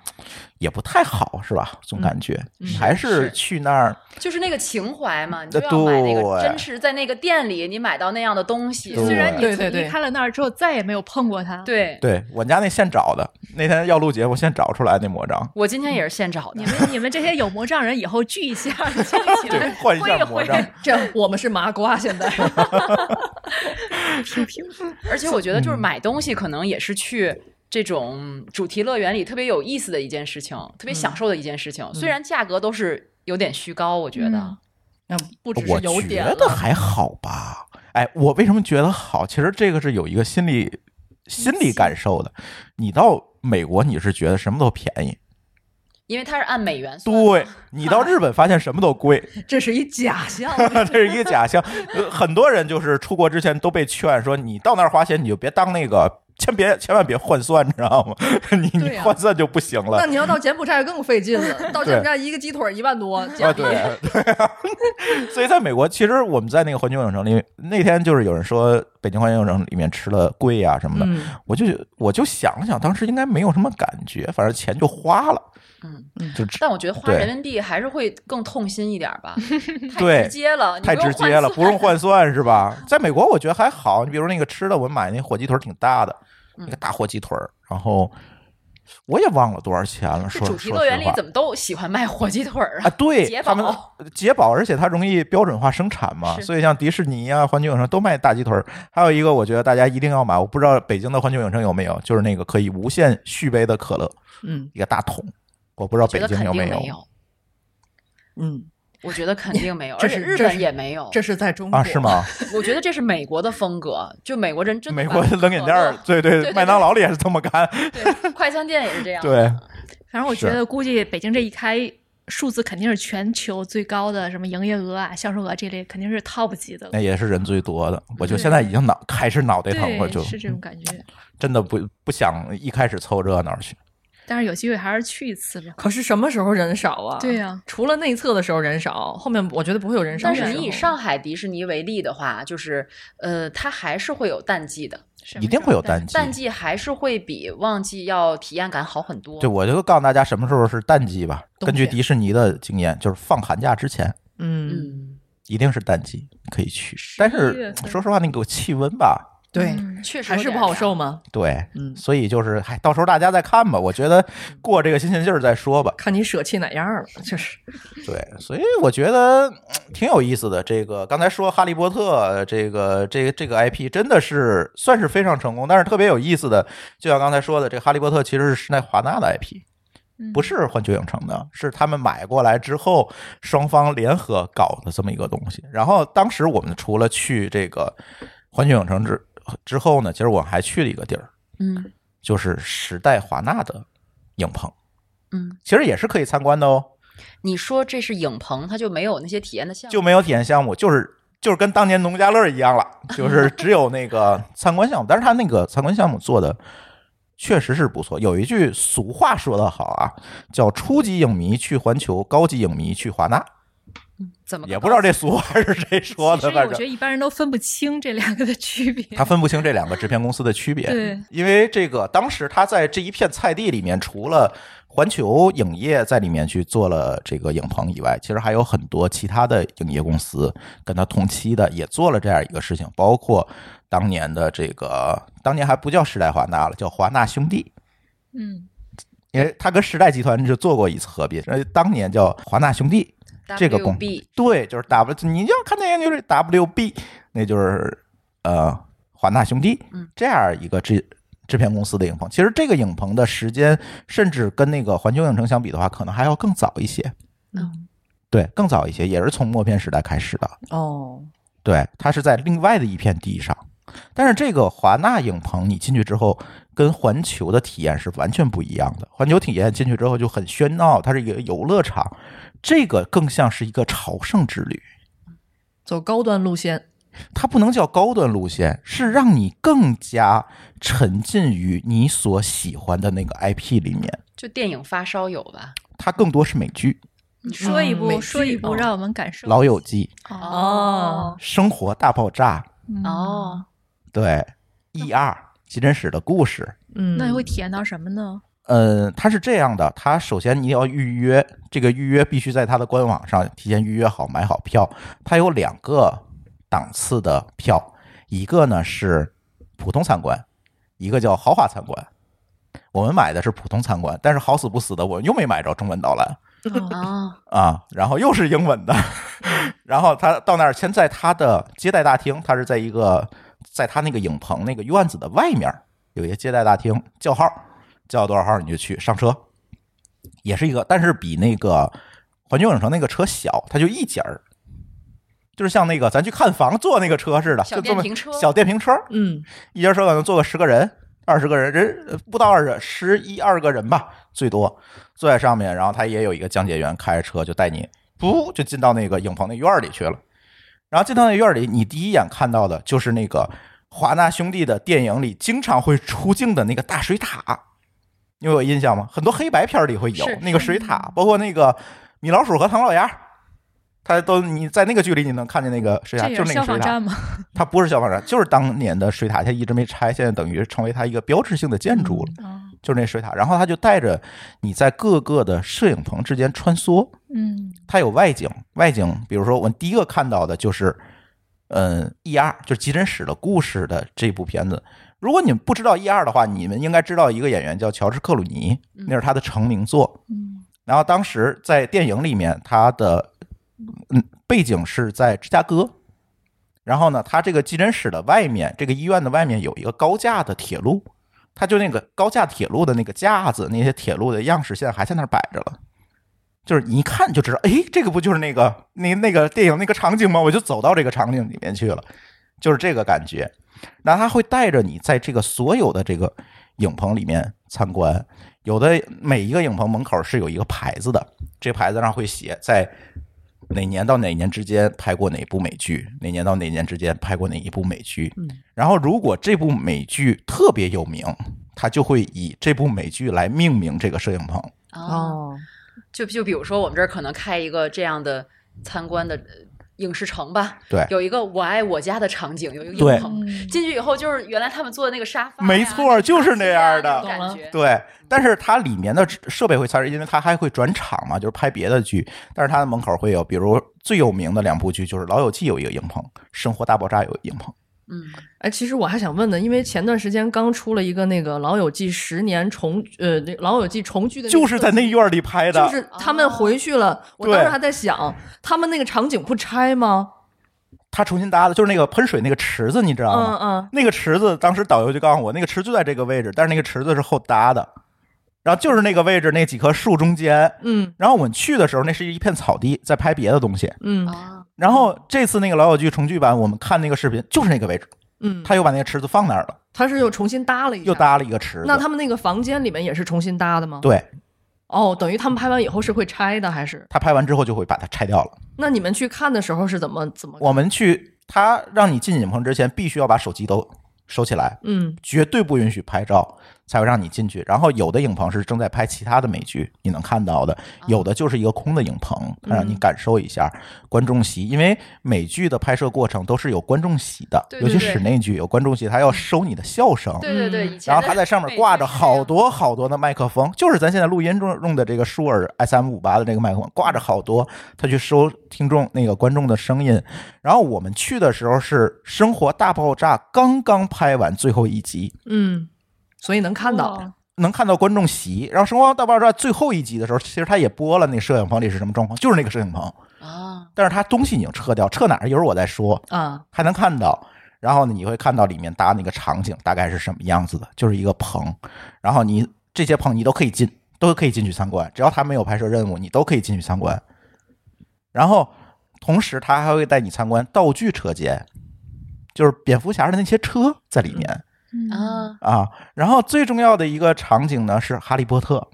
也不太好，是吧？总感觉、还是
是
去那儿，
就是那个情怀嘛，你就
呃
要买那个
对
真实在那个店里你买到那样的东西，
对
虽然你
对对对
离开了那儿之后再也没有碰过它。，
对。
对我家那现找的，那天要录节目现找出来那魔 杖，
我今天也是现找
嗯
的
你，们你们这些有魔杖人以后聚一下，聚一
对
下，，
换一下魔
挥一
杖
挥。
这样我们是麻瓜，现在
而且我觉得就是买东西可能也是去这种主题乐园里特别有意思的一件事情，特别
嗯
享受的一件事情。虽然价格都是有点虚高，我觉
啊
得
嗯
嗯不只
我
是有点
觉得
了，
还好吧。哎，我为什么觉得好？其实这个是有一个心理心理感受的。你到美国，你是觉得什么都便宜，
因为它是按美元算的。
对你到日本发现什么都贵，
这是一假 象。
这是一个假象。呃很多人就是出国之前都被劝说，你到那儿花钱你就别当那个，千别千万别换算，你知道吗？ 你
对
你
呀
换算就不行了
那。你要到柬埔寨更费劲了，到柬埔寨一个鸡腿儿一万多，
啊，
假
对 对啊，所以在美国，其实我们在那个环球影城里，那天就是有人说北京环球影城里面吃了贵呀、什么的，
嗯
我就我就想了想，当时应该没有什么感觉，反正钱就花了，
嗯，
就只
但我觉得花
对
人民币还是会更痛心一点吧，
对
太直接了，你
太直接了，不
用
用换算是吧？在美国我觉得还好，你比如那个吃的，我买那火鸡腿儿挺大的，
嗯
那个大火鸡腿儿，然后我也忘了多少钱了，
这
说
主
说
题
实
乐园里
话
怎么都喜欢卖火鸡腿儿
啊，？对，
解
他们
饱
解饱，而且它容易标准化生产嘛，
是
所以像迪士尼啊、环球影城都卖大鸡腿儿。还有一个，我觉得大家一定要买，我不知道北京的环球影城有没有，就是那个可以无限续杯的可乐，
嗯
一个大桶，我不知道
觉
哎北
得
京
肯定
没有
没有，
嗯，
我觉得肯定没有，
这
而
是
且日
这
本
是
也没有。
这是在中国
啊？是？吗？
我觉得这是美国的风格，就美国人真的
美
把
国的冷饮店儿
可，
对
对对嗯
麦当劳里也是这么干，
乐对快餐店也是这 样。
对，
反正我觉
是
得估计北京这一开。数字肯定是全球最高的，什么营业额啊、销售额这类肯定是 top 级的了
那。也是人最多的。我就
对
现在已经脑开始脑袋疼了，就是嗯
这种感觉。
真的不不想一开始凑热闹去。
但是有机会还是去一次吧。
可是什么时候人少啊？
对呀
除了内测的时候人少，后面我觉得不会有人少
但
的时
是
候。嗯
你以上海迪士尼为例的话，就是呃，它还是会有淡季的，
一定会有淡
季。
季，
淡季还是会比旺季要体验感好很多。
对，我就告诉大家什么时候是淡季吧。
冬
根据
天
迪士尼的经验，就是放寒假之前
嗯，
嗯，
一定是淡季可以去，但
11月
是
份
说实话，那个气温吧，
对，
嗯
确实
还
有
是
点
不好
凉
受吗？
对，
嗯
所以就是，嗨，到时候大家再看吧。我觉得过这个新鲜劲儿再说吧。
看你舍弃哪样了，就是
对，所以我觉得嗯挺有意思的。这个刚才说《哈利波特》这个这个这个 IP 真的是算是非常成功，但是特别有意思的，就像刚才说的，这个《哈利波特》其实是施耐华纳的 IP，
嗯
不是环球影城的，是他们买过来之后双方联合搞的这么一个东西。然后当时我们除了去这个环球影城之之后呢，其实我还去了一个地儿，
嗯
就是时代华纳的影棚，
嗯，
其实也是可以参观的哦。
你说这是影棚，它就没有那些体验的项目，
就没有体验项目，就是就是跟当年农家乐一样了， 就是只有那个参观项目。但是他那个参观项目做的确实是不错。有一句俗话说得好啊，叫“初级影迷去环球，高级影迷去华纳
怎”，么
也不知道这俗话是谁说
其
的，
实我
反
觉
正
得一般人都分不清这两个的区别。嗯
他分不清这两个制片公司的区别。
对，
因为这个当时他在这一片菜地里面，除了环球影业在里面去做了这个影棚以外，其实还有很多其他的影业公司跟他同期的也做了这样一个事情，包括当年的这个当年还不叫时代华纳了，叫华纳兄弟。
嗯，
因为他跟时代集团就做过一次合并，呃，当年叫华纳兄弟，这个公
WB
对，就是 W，你要看电影就是 WB，那就是呃华纳兄弟
嗯
这样一个制制片公司的影棚。其实这个影棚的时间，甚至跟那个环球影城相比的话，可能还要更早一些。
嗯，
对，更早一些，也是从默片时代开始的。
哦，
对，它是在另外的一片地上。但是这个华纳影棚，你进去之后，跟环球的体验是完全不一样的。环球体验进去之后就很喧闹，它是一个游乐场，这个更像是一个朝圣之旅。
走高端路线，
它不能叫高端路线，是让你更加沉浸于你所喜欢的那个 IP 里面。
就电影发烧友吧，
它更多是美剧
你说一
嗯美
部
剧
说一部，
哦
让我们感受
《老友记
哦
哦》
哦
《
生活大爆炸》
嗯
哦，
对，E R 急诊室的故事，
嗯，
那会体验到什 么呢？哦
呃，它是这样的，它首先你要预约，这个预约必须在它的官网上提前预约好，买好票。它有两个档次的票，一个呢是普通参观，一个叫豪华参观。我们买的是普通参观，但是好死不死的，我又没买着中文导览
啊，
啊，然后又是英文的，然后他到那儿先在他的接待大厅，他是在一个在他那个影棚那个院子的外面儿有一个接待大厅，叫号叫多少号你就去上车，也是一个，但是比那个环球影城那个车小，它就一节儿，就是像那个咱去看房坐那个车似的，
小
就这么
电瓶车
小电瓶车，
嗯
一节车可能坐个十个人、二十个人，人呃不到二十，十一二个人吧，最多坐在上面。然后他也有一个讲解员开着车就带你，噗就进到那个影棚那院儿里去了。然后进到那院儿里，你第一眼看到的就是那个华纳兄弟的电影里经常会出镜的那个大水塔，你有印象吗？很多黑白片儿里会有
是
那个
嗯
水塔，包括那个米老鼠和唐老鸭。它都你在那个距离你能看见那个水塔，
这
就
也
是
是
那个
消
水
防
塔。
站吗？
它不是消防站，就是当年的水塔，它一直没拆，现在等于成为它一个标志性的建筑了，
啊
就是那水塔。然后它就带着你在各个的摄影棚之间穿梭，
嗯
它有外景，外景，比如说我第一个看到的就是，嗯，E R 就是急诊室的故事的这部片子。如果你们不知道 E R 的话，你们应该知道一个演员叫乔治克鲁尼，那是他的成名作。
嗯
然后当时在电影里面，他的嗯背景是在芝加哥，然后呢，他这个急诊室的外面，这个医院的外面有一个高架的铁路，他就那个高架铁路的那个架子，那些铁路的样式现在还在那儿摆着了。就是你一看就知道，哎，这个不就是那个那那个电影那个场景吗？我就走到这个场景里面去了，就是这个感觉。然后他会带着你在这个所有的这个影棚里面参观，有的每一个影棚门口是有一个牌子的，这牌子上会写在哪年到哪年之间拍过哪部美剧，哪年到哪年之间拍过哪一部美剧。
嗯
然后如果这部美剧特别有名，他就会以这部美剧来命名这个摄影棚。
哦，
哦，
就就比如说我们这儿可能开一个这样的参观的呃影视城吧，
对
有一个我爱我家的场景，有一个
对
影棚，
嗯
进去以后就是原来他们坐的那个沙发呀，
没错就是那样的
那种感觉，
对，但是它里面的设备会参与，因为它还会转场嘛，就是拍别的剧。但是它的门口会有，比如最有名的两部剧，就是《老友记》有一个影棚，《生活大爆炸》有一个影棚。
嗯，
哎，其实我还想问呢，因为前段时间刚出了一个那个《老友记》十年重呃，那《老友记》重聚的那个
就是在那院儿里拍的，
就是他们回去了。我当时还在想，他们那个场景不拆吗？
他重新搭的，就是那个喷水那个池子，你知道
嗯
吗？
嗯，
那个池子当时导游就告诉我，那个池就在这个位置，但是那个池子是后搭的，然后就是那个位置那几棵树中间。
嗯
然后我们去的时候，那是一片草地，在拍别的东西。
嗯
啊，
然后这次那个老友记重聚版，我们看那个视频，就是那个位置，
嗯，
他又把那个池子放那儿了，
他是又重新搭了一下，
又。搭了一个池子。
那他们那个房间里面也是重新搭的吗？
对，
哦，等于他们拍完以后是会拆的，还是？
他拍完之后就会把它拆掉了。
那你们去看的时候是怎么怎么？
我们去，他让你进影棚之前必须要把手机都收起来，
嗯，
绝对不允许拍照，才会让你进去。然后有的影棚是正在拍其他的美剧，你能看到
哦
的；有的就是一个空的影棚，它
嗯
让你感受一下观众席，因为美剧的拍摄过程都是有观众席的，
对
尤
对
其
对嗯
室内剧有观众席，它要收你的笑声。
对对对，
嗯
以前
然后它在上面挂着好
多。
多好多的麦克风，就是咱现在录音中用的这个舒尔 S M 五八的这个麦克风，
嗯
挂着好多，它去收听众那个观众的声音。然后我们去的时候是《生活大爆炸》刚刚拍完最后一集，
嗯，所以能看到。
哇
能看到观众席。然后《生活大爆炸》最后一集的时候，其实他也播了那摄影棚里是什么状况，就是那个摄影棚，
啊，
但是他东西已经撤掉，撤哪儿一会儿我再说，
啊，
还能看到。然后呢，你会看到里面搭那个场景大概是什么样子的，就是一个棚，然后你这些棚你都可以进，都可以进去参观，只要他没有拍摄任务，你都可以进去参观。然后同时他还会带你参观道具车间，就是蝙蝠侠的那些车在里面。
嗯
啊，
啊，然后最重要的一个场景呢是《哈利波特》，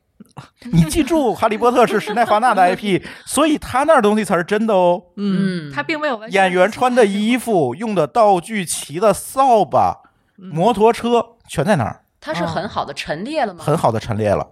你记住，《哈利波特》是史奈华纳的 IP，所以他那儿东西才是真的哦。
嗯，
他并没有完全
演员穿的衣服、用的道具、骑的扫把、
嗯
摩托车，全在那儿，
它是很好的陈列了吗？
嗯很好的陈列了，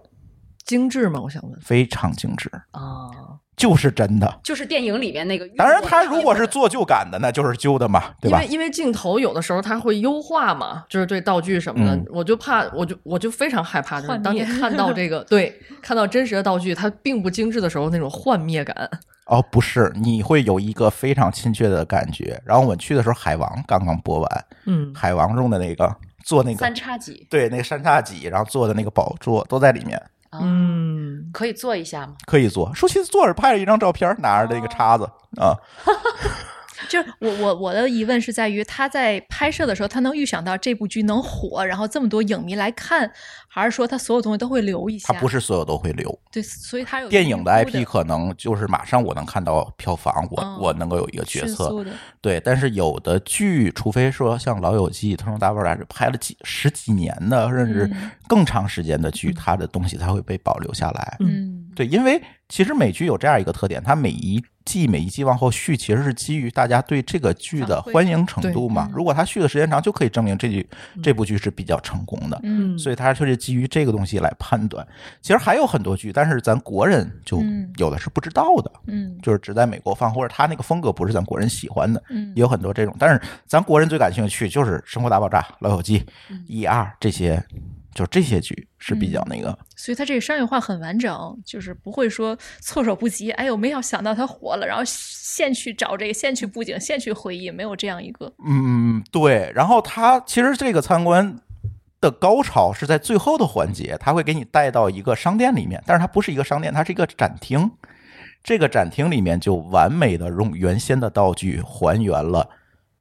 精致吗？我想问
非常精致，
啊，
就是真的。
就是电影里面那个。
当然，他如果是做旧感的，那就是旧的嘛，对
因
吧
为？因为镜头有的时候它会优化嘛，就是对道具什么的，
嗯
我就怕，我就我就非常害怕，就是
幻灭
当你看到这 个对看到真实的道具它并不精致的时候，那种幻灭感。
哦，不是，你会有一个非常亲切的感觉。然后我们去的时候，海王刚刚播完，
嗯，
海王用的那个做那个
三叉戟，
对，那个三叉戟，然后做的那个宝座都在里面，
啊，
嗯，
可以做一下吗？
可以做。舒淇坐着拍了一张照片，拿着那个叉子
哦
啊，
就是我我我的疑问是在于他在拍摄的时候，他能预想到这部剧能火，然后这么多影迷来看，还是说他所有东西都会留一下？
它不是所有都会留。
对，所以他有
电影的
预估
IP 可能就是马上我能看到票房，我、
嗯
我能够有一个决
迅
策。
速的，
对，但是有的剧，除非说像《老友记》《腾龙大爆炸》是拍了几十几年的，甚至
嗯
更长时间的剧，它的东西才会被保留下来。
嗯，
对，因为其实美剧有这样一个特点，它每一季每一季往后续，其实是基于大家对这个剧的
反馈
欢迎程度嘛
对嗯。
如果它续的时间长，就可以证明这剧这部剧是比较成功的。
嗯，
所以它就是基于这个东西来判断。其实还有很多剧，但是咱国人就
嗯
有的是不知道的，
嗯
就是只在美国放，或者他那个风格不是咱国人喜欢的。
嗯
也有很多这种，但是咱国人最感兴趣就是《生活大爆炸》《老友记》
嗯
《E.R.》这些，就这些剧是比较那个。
所以它这个商业化很完整，就是不会说措手不及，哎呦，没有想到它火了，然后现去找这个，现去布景，现去回忆，没有这样一个，
嗯，对。然后它其实这个参观的高潮是在最后的环节，它会给你带到一个商店里面，但是它不是一个商店，它是一个展厅。这个展厅里面就完美的用原先的道具还原了《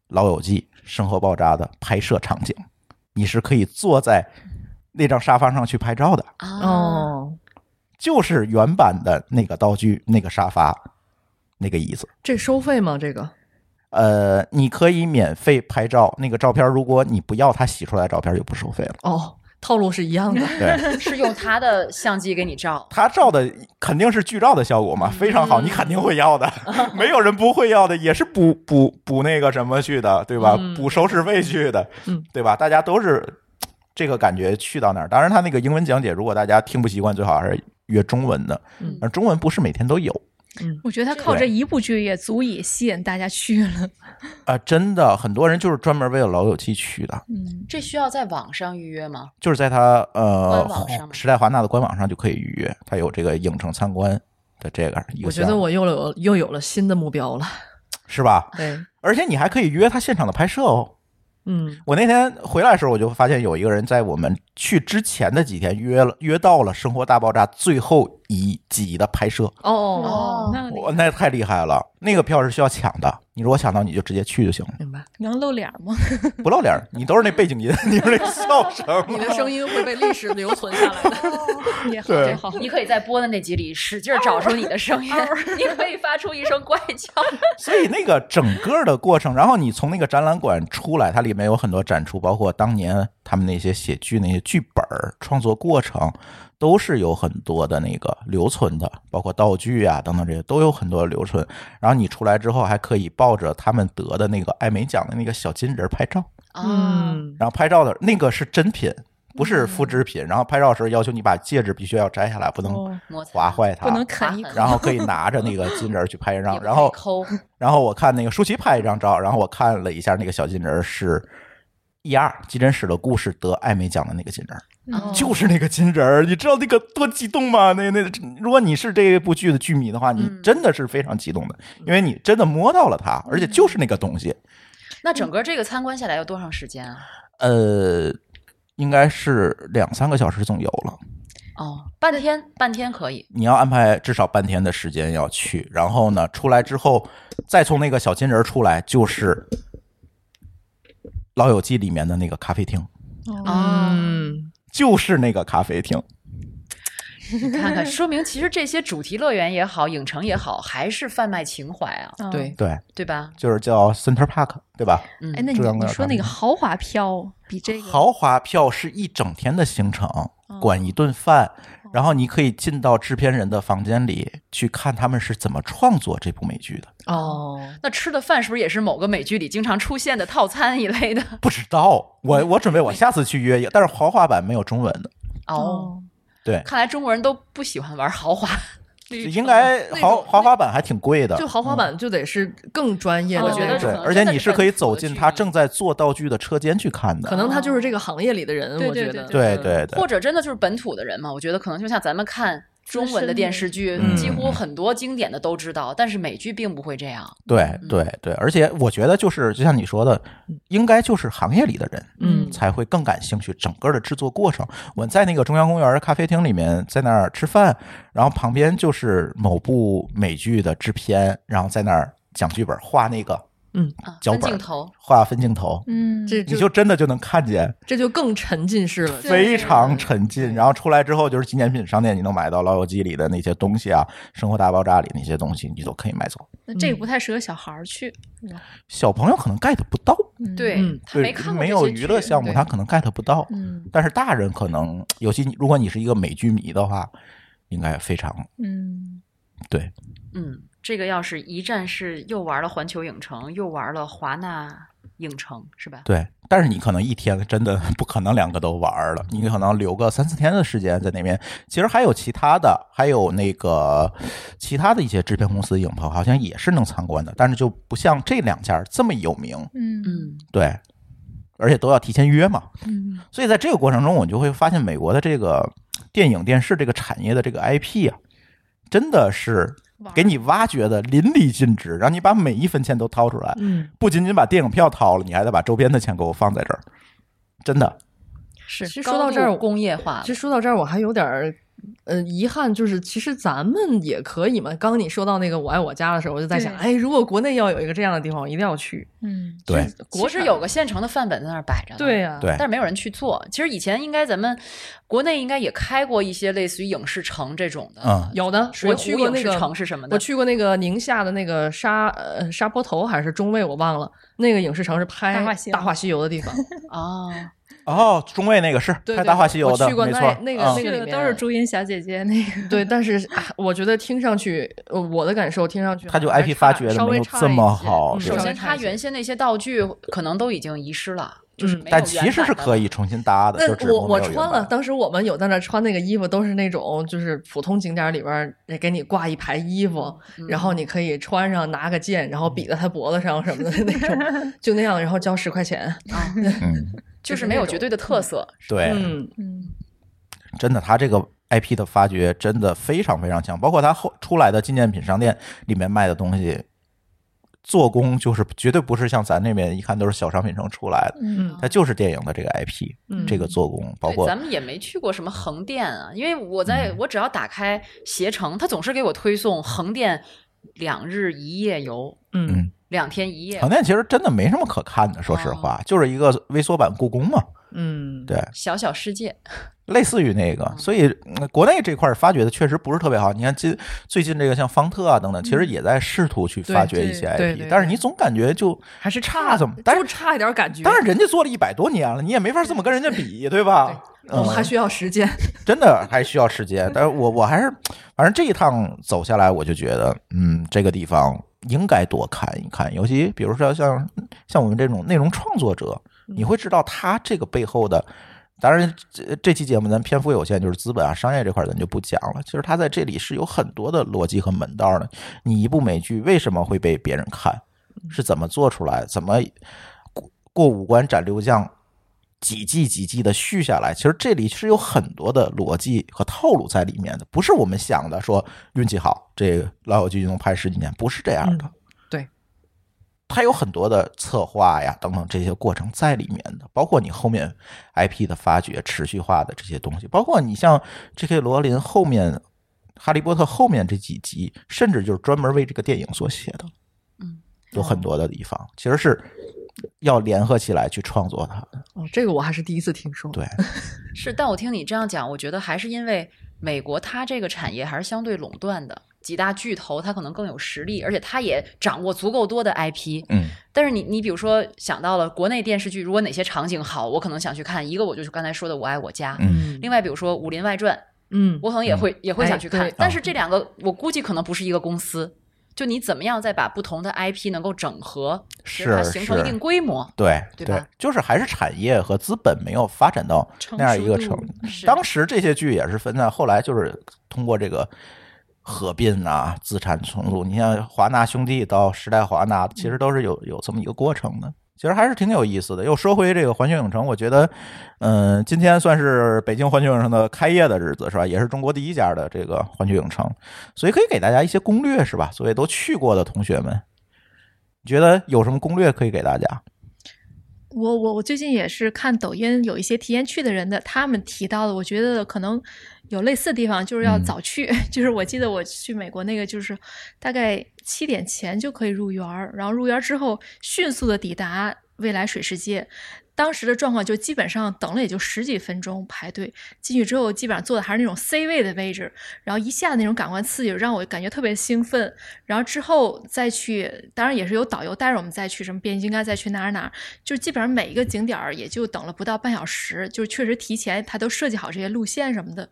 老友记》《生活爆炸》的拍摄场景，你是可以坐在那张沙发上去拍照的，
啊，
哦，
就是原版的那个道具、那个沙发、那个椅子。
这收费吗？这个
呃，你可以免费拍照，那个照片如果你不要，它洗出来的照片就不收费了。
哦，套路是 一样的。
对，
是用他的相机给你照。
它照的肯定是剧照的效果嘛，非常好，
嗯
你肯定会要 的，没有人不会要的，也是补补补那个什么去的，对吧？
嗯
补收视费去的
嗯，
对吧？大家都是这个感觉去到那儿。当然，它那个英文讲解，如果大家听不习惯，最好还是约中文的
嗯，
而中文不是每天都有。
我觉得它靠这一部剧也足以吸引大家去了，
啊，真的，很多人就是专门为了老友记去的，
嗯
这需要在网上预约吗？
就是在它呃
官网上吗
时代华纳的官网上就可以预约，它有这个影城参观的这个一个
我觉
项
得
目
我又有又有了新的目标了。
是吧？
对，
而且你还可以约他现场的拍摄哦。
嗯
我那天回来的时候，我就发现有一个人在我们去之前的几天约了约到了《生活大爆炸》最后一集的拍摄，
哦，
哦
那
我那太厉害了！那个票是需要抢的，你如果抢到你就直接去就行了，
明白。
能露脸吗？
不露脸儿，你都是那背景音， 你是那笑
你
声。啊
的声音会被历史留存下来 的。
也好，
对
也好，
你可以在播的那集里使劲找出你的声音， 你可以发出一声怪叫。
所以那个整个的过程，然后你从那个展览馆出来，它里面有很多展出，包括当年他们那些写剧那些剧本儿创作过程，都是有很多的那个留存的，包括道具啊等等这些都有很多留存。然后你出来之后，还可以抱着他们得的那个艾美奖的那个小金人儿拍照。
嗯
啊，
然后拍照的那个是真品，不是复制品。然后拍照的时候要求你把戒指必须要摘下来，不能
摩擦
划坏它，
不能啃一口。
然后可以拿着那个金人儿去拍一张
也。不
然后
会抠
然后我看那个舒淇拍一张照，然后我看了一下那个小金人儿是。E R 急诊室的故事得艾美奖的那个金人儿，
哦
就是那个金人儿，你知道那个多激动吗？那那，如果你是这部剧的剧迷的话，你
嗯
真的是非常激动的，因为你真的摸到了它，而且就是那个东西。
那整个这个参观下来要多长时间啊？
呃，应该是两三个小时总有了。
哦，半天，半天 可以。
你要安排至少半天的时间要去，然后呢，出来之后再从那个小金人出来，就是《老友记》里面的那个咖啡厅，
哦
嗯，
就是那个咖啡厅。
你看看，说明其实这些主题乐园也好，影城也好，还是贩卖情怀啊，
嗯
对，
对，
对吧？
就是叫 Center Park，对吧？
嗯
哎，，那你
中央公
你
园
说
旁
那
边
个豪华票比这个
豪华票是一整天的行程，管一顿饭，然后你可以进到制片人的房间里去看他们是怎么创作这部美剧的。
哦，
那吃的饭是不是也是某个美剧里经常出现的套餐一类的？
不知道，我我准备我下次去约一个，但是豪华版没有中文的，
哦，
对，
看来中国人都不喜欢玩豪华，
应该豪豪华版还挺贵的，
就豪华版就得是更专业的
我
那
觉
种，
得
对，
可能
而且
真的
你
是
是可以
本土
走
的
进
距
他
离
正在做道具的车间去看的，
可能他就是这个行业里的人，
对
我
对
觉
对
得嗯
对
对
对对
或，者真的就是本土的人嘛。我觉得可能就像咱们看。中文的电视剧
嗯
几乎很多经典的都知道，但是美剧并不会这样。
对对对，而且我觉得就是就像你说的，应该就是行业里的人，
嗯
才会更感兴趣整个的制作过程。我们在那个中央公园咖啡厅里面，在那儿吃饭，然后旁边就是某部美剧的制片，然后在那儿讲剧本，画那个
啊，
脚
分
本
镜头，
画分镜头，
嗯，
这
你
就
就真的就能看见
这就更沉浸式了。
非常沉浸。然后出来之后，就是纪念品商店，你能买到《老友记》里的那些东西啊，《生活大爆炸》里那些东西，你都可以买走。
那这个不太适合小孩儿去。
小朋友可能 get 不到，
嗯
对、
嗯
他
对
没看，过
没
这
有
些
娱
剧
乐项目，
对
他可能 get 不到。
嗯
但是大人可能，尤其你如果你是一个美剧迷的话，应该非常
嗯，
对。
嗯，这个要是一站式又玩了环球影城，又玩了华纳影城，是吧？
对，但是你可能一天真的不可能两个都玩儿了，你可能留个三四天的时间在那边。其实还有其他的，还有那个其他的一些制片公司影棚，好像也是能参观的，但是就不像这两家这么有名。
嗯
嗯，
对，而且都要提前约嘛。
嗯
所以在这个过程中，我们就会发现美国的这个电影电视这个产业的这个 IP 啊，真的是
玩儿
给你挖掘的淋漓尽致，让你把每一分钱都掏出来。
嗯，
不仅仅把电影票掏了，你还得把周边的钱给我放在这儿，真的。
是。其实
高
说到这儿，
度工业化了
其实说到这儿，我还有点儿。呃，遗憾就是，其实咱们也可以嘛。刚刚你说到那个“我爱我家”的时候，我就在想，
对
哎，如果国内要有一个这样的地方，我一定要去。
嗯，
对，
其实有个现成的范本在那儿摆着呢。
对。啊呀、
对
但是没有人去做。其实以前应该咱们国内应该也开过一些类似于影视城这种的，
嗯
有的，
水
我
浒
去过
影
那
视
个
城是什么的
我去过那个宁夏的那个沙呃沙坡头还是中卫，我忘了。那个影视城是拍
大话西游
大话西游》的地方，
哦，
哦，中卫那个是
对
拍《大话西游》的，
我去过
没
那
错，
那个
嗯
那
去
个里
的
面
都是朱茵小姐姐那个。
对。但是啊我觉得听上去，呃我的感受听上去
他就
还是
IP 发
差
掘
稍
的没
微
有
差
这
一
么
些
好
嗯
是
首
稍
先
微差
它
一些
原先那些道具可能都已经遗失了，就是
嗯
没有
但
原
其实
版
是
的
可以重新搭的，
那
就只不
呃我
过
我
没有原
穿了，
版
当时我们有在那穿那个衣服，都是那种就是普通景点里边儿得给你挂一排衣服，然后你可以穿上拿个剑，然后比在他脖子上什么的那种，就那样，然后交十块钱。
啊，
嗯，
就是没有绝对的特色。
对，
嗯，
嗯，
真的，他这个 IP 的发掘真的非常非常强，包括他后出来的纪念品商店里面卖的东西，做工就是绝对不是像咱那边一看都是小商品城出来的，
嗯
它就是电影的这个 IP，、
嗯
这个做工， 包
对，
括嗯
咱们也没去过什么横店啊，因为我在、我只要打开携程，它总是给我推送横店两日一夜游，
嗯
两天一夜
横。店其实真的没什么
哦
可看的，说实话，就是一个微缩版故宫嘛，
嗯，
对
小小世界，
类似于那
哦
个，所以、嗯国内这块儿发掘的确实不是特别好。你看近最近这个像方特啊等等，其实也在试图去发掘一些
嗯对对
IP，
对
但是你总感觉就
还是
差怎么？但
就是差一点感觉。
当然人家做了一百多年了，你也没法这么跟人家比，对吧？
我
嗯
们还需要时间。
真的还需要时间，但是我我还是，反正这一趟走下来，我就觉得，嗯，这个地方应该多看一看，尤其比如说像像我们这种内容创作者，你会知道他这个背后的。当然，这这期节目咱篇幅有限，就是资本啊、商业这块咱就不讲了。其实他在这里是有很多的逻辑和门道的。你一部美剧为什么会被别人看？是怎么做出来？怎么过过五关斩六将？几季几季的续下来，其实这里是有很多的逻辑和套路在里面的，不是我们想的说运气好，这个老友记就能拍十几年，不是这
嗯
样的。
对，
它有很多的策划呀等等这些过程在里面的，包括你后面 IP 的发掘、持续化的这些东西，包括你像 J.K. 罗琳后面《哈利波特》后面这几集，甚至就是专门为这个电影所写的，
嗯，
有很多的地方其实是要联合起来去创作它的。
哦，这个我还是第一次听说。
对，
是，但我听你这样讲，我觉得还是因为美国它这个产业还是相对垄断的，几大巨头它可能更有实力，而且它也掌握足够多的 IP。
嗯。
但是你你比如说想到了国内电视剧，如果哪些场景好，我可能想去看。一个我就是刚才说的《我爱我家》，
嗯
另外比如说《武林外传》，
嗯，
我可能也会、也会想去看。
哎对
哦
但是这两个我估计可能不是一个公司。就你怎么样再把不同的 IP 能够整合，使它
是
形成一
是
定规模，
对
对吧
就是还是产业和资本没有发展到那样一个程度。
是
当时这些剧也是分散，后来就是通过这个合并啊、资产重组。你像华纳兄弟到时代华纳，其
嗯
实都是有有这么一个过程的。其实还是挺有意思的。又说回这个环球影城，我觉得，嗯、今天算是北京环球影城的开业的日子，是吧？也是中国第一家的这个环球影城，所以可以给大家一些攻略，是吧？所以都去过的同学们，你觉得有什么攻略可以给大家？
我我我最近也是看抖音有一些提前去的人的，他们提到的，我觉得可能有类似的地方，就是要
嗯
早去。 就是我记得我去美国那个，就是大概七点前就可以入园儿，然后入园儿之后迅速的抵达未来水世界。当时的状况就基本上等了也就十几分钟排队，进去之后基本上坐的还是那种 C 位的位置，然后一下那种感官刺激让我感觉特别兴奋，然后之后再去，当然也是有导游带着我们再去什么变形金刚再去哪儿哪儿，就是基本上每一个景点儿也就等了不到半小时，就是确实提前他都设计好这些路线什么的。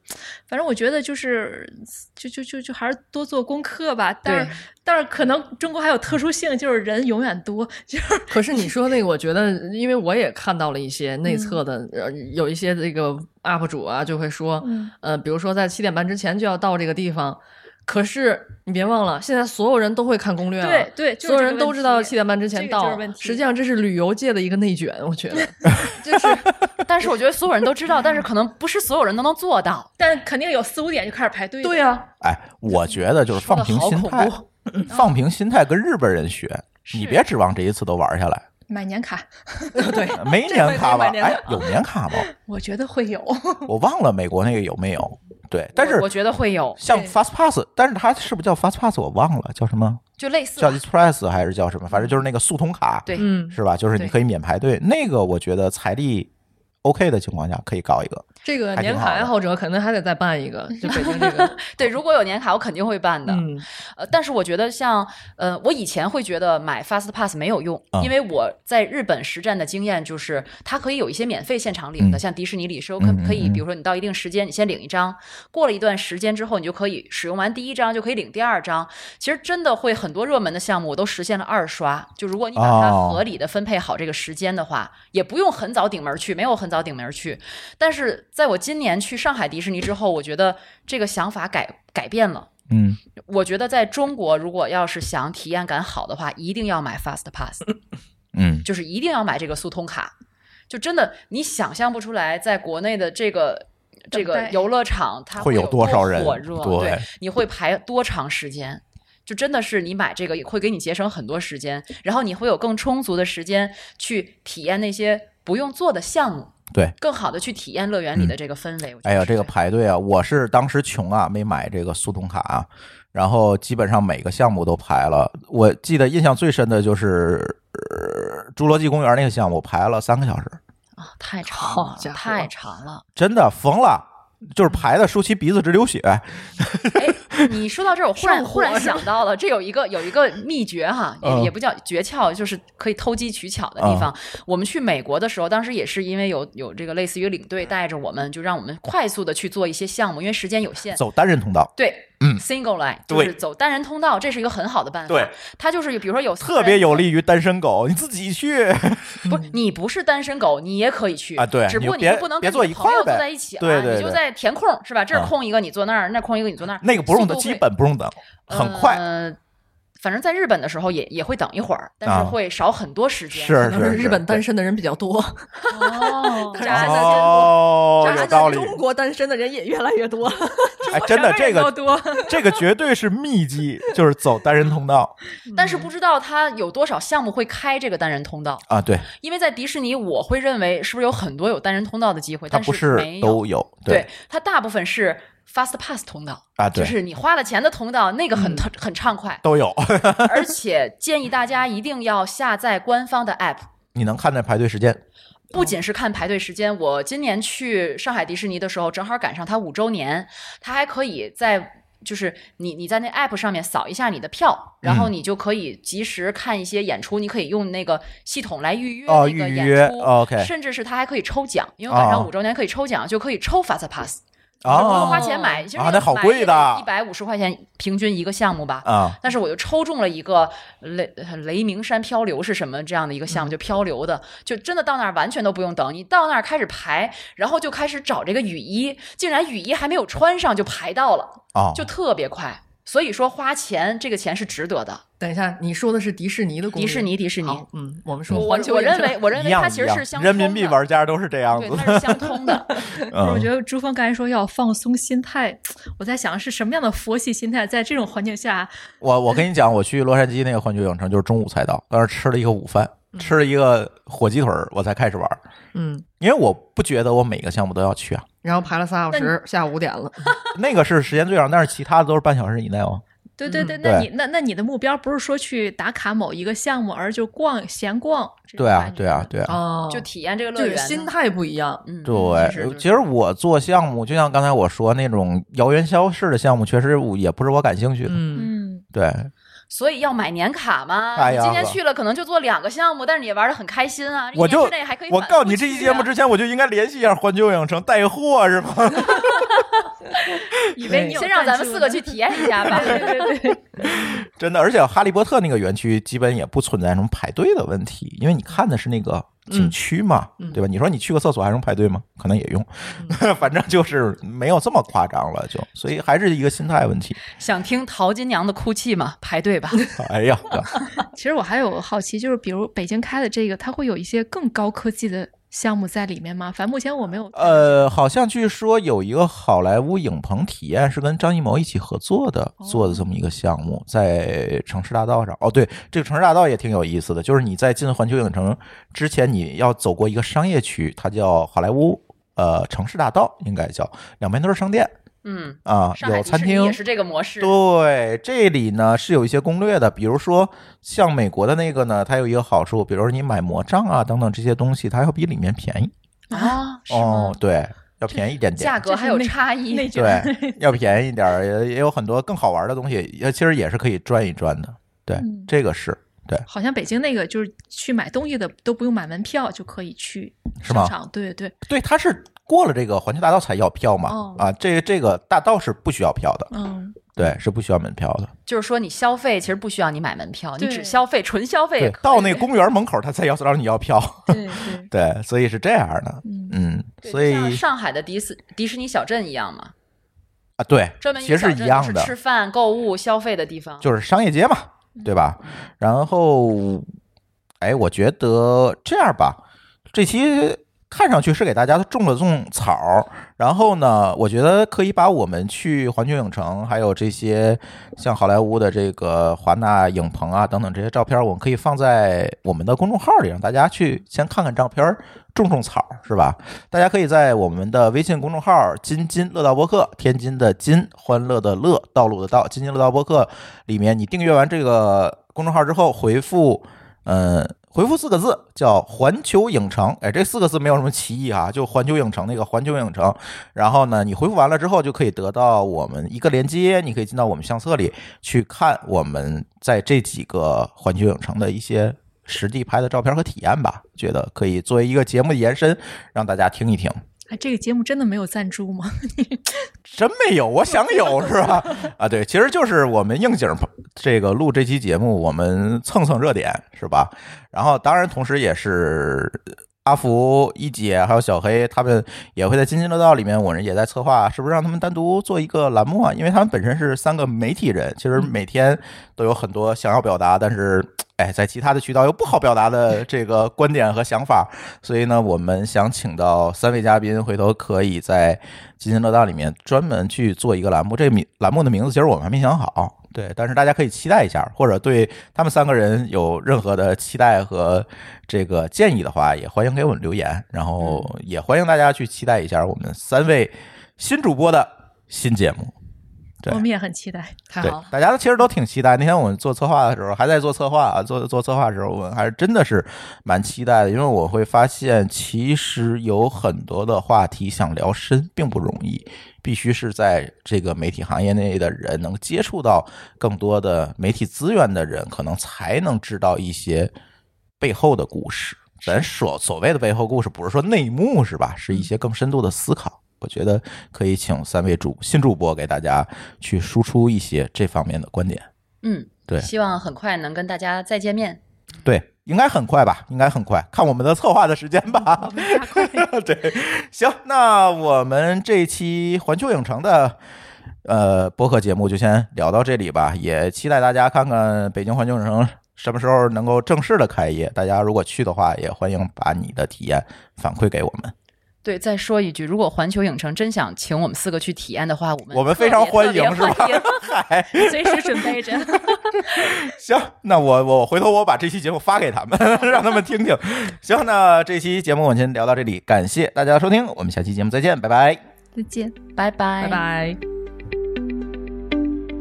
反正我觉得就是就就就就还是多做功课吧，但
对
是但是可能中国还有特殊性，就是人永远多， 就是
可是你说那个，我觉得，因为我也看到了一些内测的，呃，有一些这个 UP 主啊，就会说，
嗯
呃，比如说在七点半之前就要到这个地方。可是你别忘了，现在所有人都会看攻略了，
对对就是
啊所有
这个
人都
问
知道
题
七点半之前
这个就是
到。
问题
实际上这是旅游界的一个内卷，我觉得就是
但是我觉得所有人都知道，但是可能不是所有人都能做到。
但肯定有四五点就开始排队。
对啊，
哎，我觉得就是放平心态
说得好，
放平心态跟日本人学，你别指望这一次都玩下来。
买年卡，
对，
没年卡吧？
这回可以买年卡
哎，有年卡吗？
我觉得会有。
我忘了美国那个有没有。对，但是
我我觉得会有，
像
对
Fast Pass，但是它是不是叫 Fast Pass？我忘了叫什么，
就类似
叫
吧
Express 还是叫什么？反正就是那个速通卡，
对
嗯，
是吧？就是你
对
可以免排队，那个我觉得财力 OK 的情况下可以搞一个。
这个
还挺
年卡
好的
爱好者肯定还得再办一个，就北京这个，
对，如果有年卡，我肯定会办的。
嗯，
呃，但是我觉得像呃，我以前会觉得买 Fast Pass 没有用，
啊
因为我在日本实战的经验就是，它可以有一些免费现场领
嗯
的，像迪士尼里是有
嗯
可
嗯
可以，
嗯
比如说你到一定时间，你先领一张，过了一段时间之后，你就可以使用完第一张就可以领第二张。其实真的会很多热门的项目我都实现了二刷，就如果你把它
哦
合理的分配好这个时间的话，也不用很早顶门去，没有很早顶门去。但是在我今年去上海迪士尼之后，我觉得这个想法改改变了。
嗯，
我觉得在中国，如果要是想体验感好的话，一定要买 Fast Pass，
嗯，
就是一定要买这个速通卡。就真的你想象不出来，在国内的这个这个
等待
游乐场，它
会有
有
多少人
火热，
对
对，你会排多长时间？就真的是你买这个也会给你节省很多时间，然后你会有更充足的时间去体验那些不用做的项目，
对，
更好的去体验乐园里的这个氛围。我觉得
哎呀，
是
这个排队啊，我是当时穷啊，没买这个速通卡啊，然后基本上每个项目都排了。我记得印象最深的就是、呃侏罗纪公园那个项目，排了三个小时，
啊、啊，太馋
好
了
家，伙
太馋了。
真的缝了。就是
嗯
排的舒淇鼻子直流血，
哎， 你说到这儿，我忽然
上火
忽然
是吧
想到了，这有一个有一个秘诀哈，
嗯
也也不叫诀窍，就是可以偷机取巧的地方。我们去美国的时候，当时也是因为有有这个类似于领队带着我们，就让我们快速的去做一些项目，因为时间有限。
走单人通道，
对，嗯，single line 就
对
是走单人通道，这是一个很好的办法。
对，
它就是比如说有
特别有利于单身狗，你自己去。
不是你不是单身狗，你也可以去
啊对
只不过
你
你
别
就不能
别
跟
坐
你
一
的
块
朋
儿
友坐
呗
在一起了，
对
啊
对
你就
对
在填空是吧？这儿
嗯
空一个你坐那儿，那儿空一个你坐那儿，
那个不用
速
的，
度
基
会
本不用等，
嗯
很快。
呃反正在日本的时候也也会等一会儿，但
啊
是会少很多时间。
是
可能是
是
日本单
身
身的人比较多，
哦，
宅男
哦，
但
有
是
道理。
中国单身的人也越来越多。
哎，真的，这
要
个
多
这个绝对是秘籍，就是走单人通道
但是不知道他有多少项目会开这个单人通道，
啊。对，
因为在迪士尼，我会认为是不是有很多有单人通道的机会，
它
但
不
没有。
都有，
对，它大部分是 fast pass 通道，
啊，
就
对，，
是你花了钱的通道，那个很、很畅快
都有。
而且建议大家一定要下载官方的 app。
你能看见排队时间嗯
不仅是看排队时间，我今年去上海迪士尼的时候，正好赶上它五周年，它还可以在就是你你在那 app 上面扫一下你的票，
嗯
然后你就可以及时看一些演出，你可以用那个系统来预约
哦，
那
预
个
约
演出，
OK
甚至是它还可以抽奖，因为赶
哦
上五周年可以抽奖，就可以抽 fast pass，不用
啊
花钱买，其实
啊那好贵的
一百五十块钱平均一个项目吧，
啊
但是我就抽中了一个雷呃雷鸣山漂流是什么这样的一个项目，
嗯
就漂流的，就真的到那儿完全都不用等，你到那儿开始排，然后就开始找这个雨衣，竟然雨衣还没有穿上就排到了，
啊，
哦
就特别快。所以说花钱这个钱是值得的，
等一下，你说的是迪士尼的公寓
迪士尼迪士尼，
好嗯，我们
我
说
我
环球
我
影
认
城
为我认为
一样
它其实
一样
是相通
人
的
民币玩家都是这样
对
子，
它是相通的，
不是我觉
嗯
得朱峰刚才说要放松心态，我在想是什么样的佛系心态，在这种环境下，
我我跟你讲，我去洛杉矶那个环球影城就是中午才到，当时吃了一个午饭，
嗯
吃了一个火鸡腿儿，我才开始玩儿，
嗯，
因为我不觉得我每个项目都要去啊。
然后排了仨小时，下午五点了。
那个是时间最长，但是其他的都是半小时以内哦。
对对对，
嗯
那
对
你那那你的目标不是说去打卡某一个项目，而就逛闲逛。这种
对啊
感，觉
对啊，，对啊，
哦，
就体验这个
就
乐
是
园。
心，态不一样。
嗯，
是是
对，
是
其实我做项目，就像刚才我说那种遥远消逝的项目，确实我也不是我感兴趣的。
嗯，
嗯，
对，
所以要买年卡嘛。
哎呀
你今天去了可能就做两个项目，但是你也玩的很开心啊。
我
一年
就
之内还 可以
我
反
告诉
复
你，这期
去
节目
啊
之前我就应该联系一下环球影城带货是吗？
以为你有
先让咱们
赞助
四个
呢哎
去体验一下 吧。
对对对，
真的，而且哈利波特那个园区基本也不存在什么排队的问题，因为你看的是那个景区嘛，
嗯嗯嗯
对吧？你说你去个厕所还用排队吗？可能也用， 反正就是没有这么夸张了，就所以还是一个心态问题。
想听淘金娘的哭泣吗？排队吧。
哎呀，
其实我还有好奇，就是比如北京开的这个，它会有一些更高科技的项目在里面吗？反正目前我没有。
呃，好像据说有一个好莱坞影棚体验是跟张艺谋一起合作的，
哦
做的这么一个项目，在城市大道上。哦，对，这个城市大道也挺有意思的，就是你在进环球影城之前，你要走过一个商业区，它叫好莱坞呃城市大道，应该叫，两边都是商店
嗯，
啊，
上海
有
迪士
餐
尼
厅
也，是这个模式。
对，这里呢是有一些攻略的，比如说像美国的那个呢，它有一个好处，比如说你买魔杖啊等等这些东西，它要比里面便宜。
啊，是吗
哦，对，要便宜一点点。
价格还有差异。
内卷，
对，要便宜一点儿，也也有很多更好玩的东西，也其实也是可以转一转的。对，
嗯
这个是
好像北京那个就是去买东西的都不用买门票就可以去
是吗
商场，对对对，
对，它是过了这个环球大道才要票嘛？
哦
啊，这这个大道是不需要票的，
嗯，
对，是不需要门票的。
就是说，你消费其实不需要你买门票，你
对
只消费，纯消费也
对，
可以。
到那个公园门口，他才要找你要票。
对对，
对，所以是这样的。
嗯
嗯，
对
所以
就像上海的迪斯迪士尼小镇一样嘛，
啊，对
专，门一
其
个
实
小
一
镇
样
就
的
是，吃饭、购物、消费的地方。
就是商业街嘛，对吧？然后，哎，我觉得这样吧，这期看上去是给大家种了种草儿，然后呢，我觉得可以把我们去环球影城，还有这些像好莱坞的这个华纳影棚啊等等这些照片儿，我们可以放在我们的公众号里，让大家去先看看照片儿。种种草儿是吧？大家可以在我们的微信公众号儿“津津乐道播客”，天津的津，欢乐的乐，道路的道，津津乐道播客里面，你订阅完这个公众号之后，回复嗯、呃回复四个字叫“环球影城”。哎，这四个字没有什么歧义啊，就环球影城那个环球影城。然后呢，你回复完了之后，就可以得到我们一个连接，你可以进到我们相册里去看我们在这几个环球影城的一些实地拍的照片和体验吧。觉得可以作为一个节目的延伸，让大家听一听。
哎，这个节目真的没有赞助吗？
真没有，我想有是吧？啊，对，其实就是我们应景儿这个录这期节目，我们蹭蹭热点是吧？然后当然，同时也是阿福一姐还有小黑他们也会在津津乐道里面，我们也在策划，是不是让他们单独做一个栏目啊？因为他们本身是三个媒体人，其实每天都有很多想要表达，但是哎，在其他的渠道又不好表达的这个观点和想法，所以呢，我们想请到三位嘉宾，回头可以在津津乐道里面专门去做一个栏目。这名栏目的名字其实我们还没想好，对，但是大家可以期待一下，或者对他们三个人有任何的期待和这个建议的话，也欢迎给我们留言，然后
嗯
也欢迎大家去期待一下我们三位新主播的新节目。对
我们也很期待。
太
对
好了，，
大家其实都挺期待。那天我们做策划的时候，还在做策划啊，做做策划的时候，我们还是真的是蛮期待的，因为我会发现，其实有很多的话题想聊深并不容易，必须是在这个媒体行业内的人能接触到更多的媒体资源的人，可能才能知道一些背后的故事。咱所所谓的背后故事，不是说内幕是吧？是一些更深度的思考。我觉得可以请三位主新主播给大家去输出一些这方面的观点。
嗯，
对
希望很快能跟大家再见面。
对，应该很快吧？应该很快，看我们的策划的时间吧。 对，行，那我们这期环球影城的。呃，播客节目就先聊到这里吧，也期待大家看看北京环球影城什么时候能够正式的开业。大家如果去的话，也欢迎把你的体验反馈给我们。
对，再说一句，如果环球影城真想请我们四个去体验的话，我们
我们非
特
常
别
欢
特
迎
别，
是吧
欢迎？
嗨，
随时准备着。
行，那我我回头我把这期节目发给他们， 让他们听听。行，那这期节目我们先聊到这里，感谢大家的收听，我们下期节目再见，拜拜。
再见。
拜
拜拜。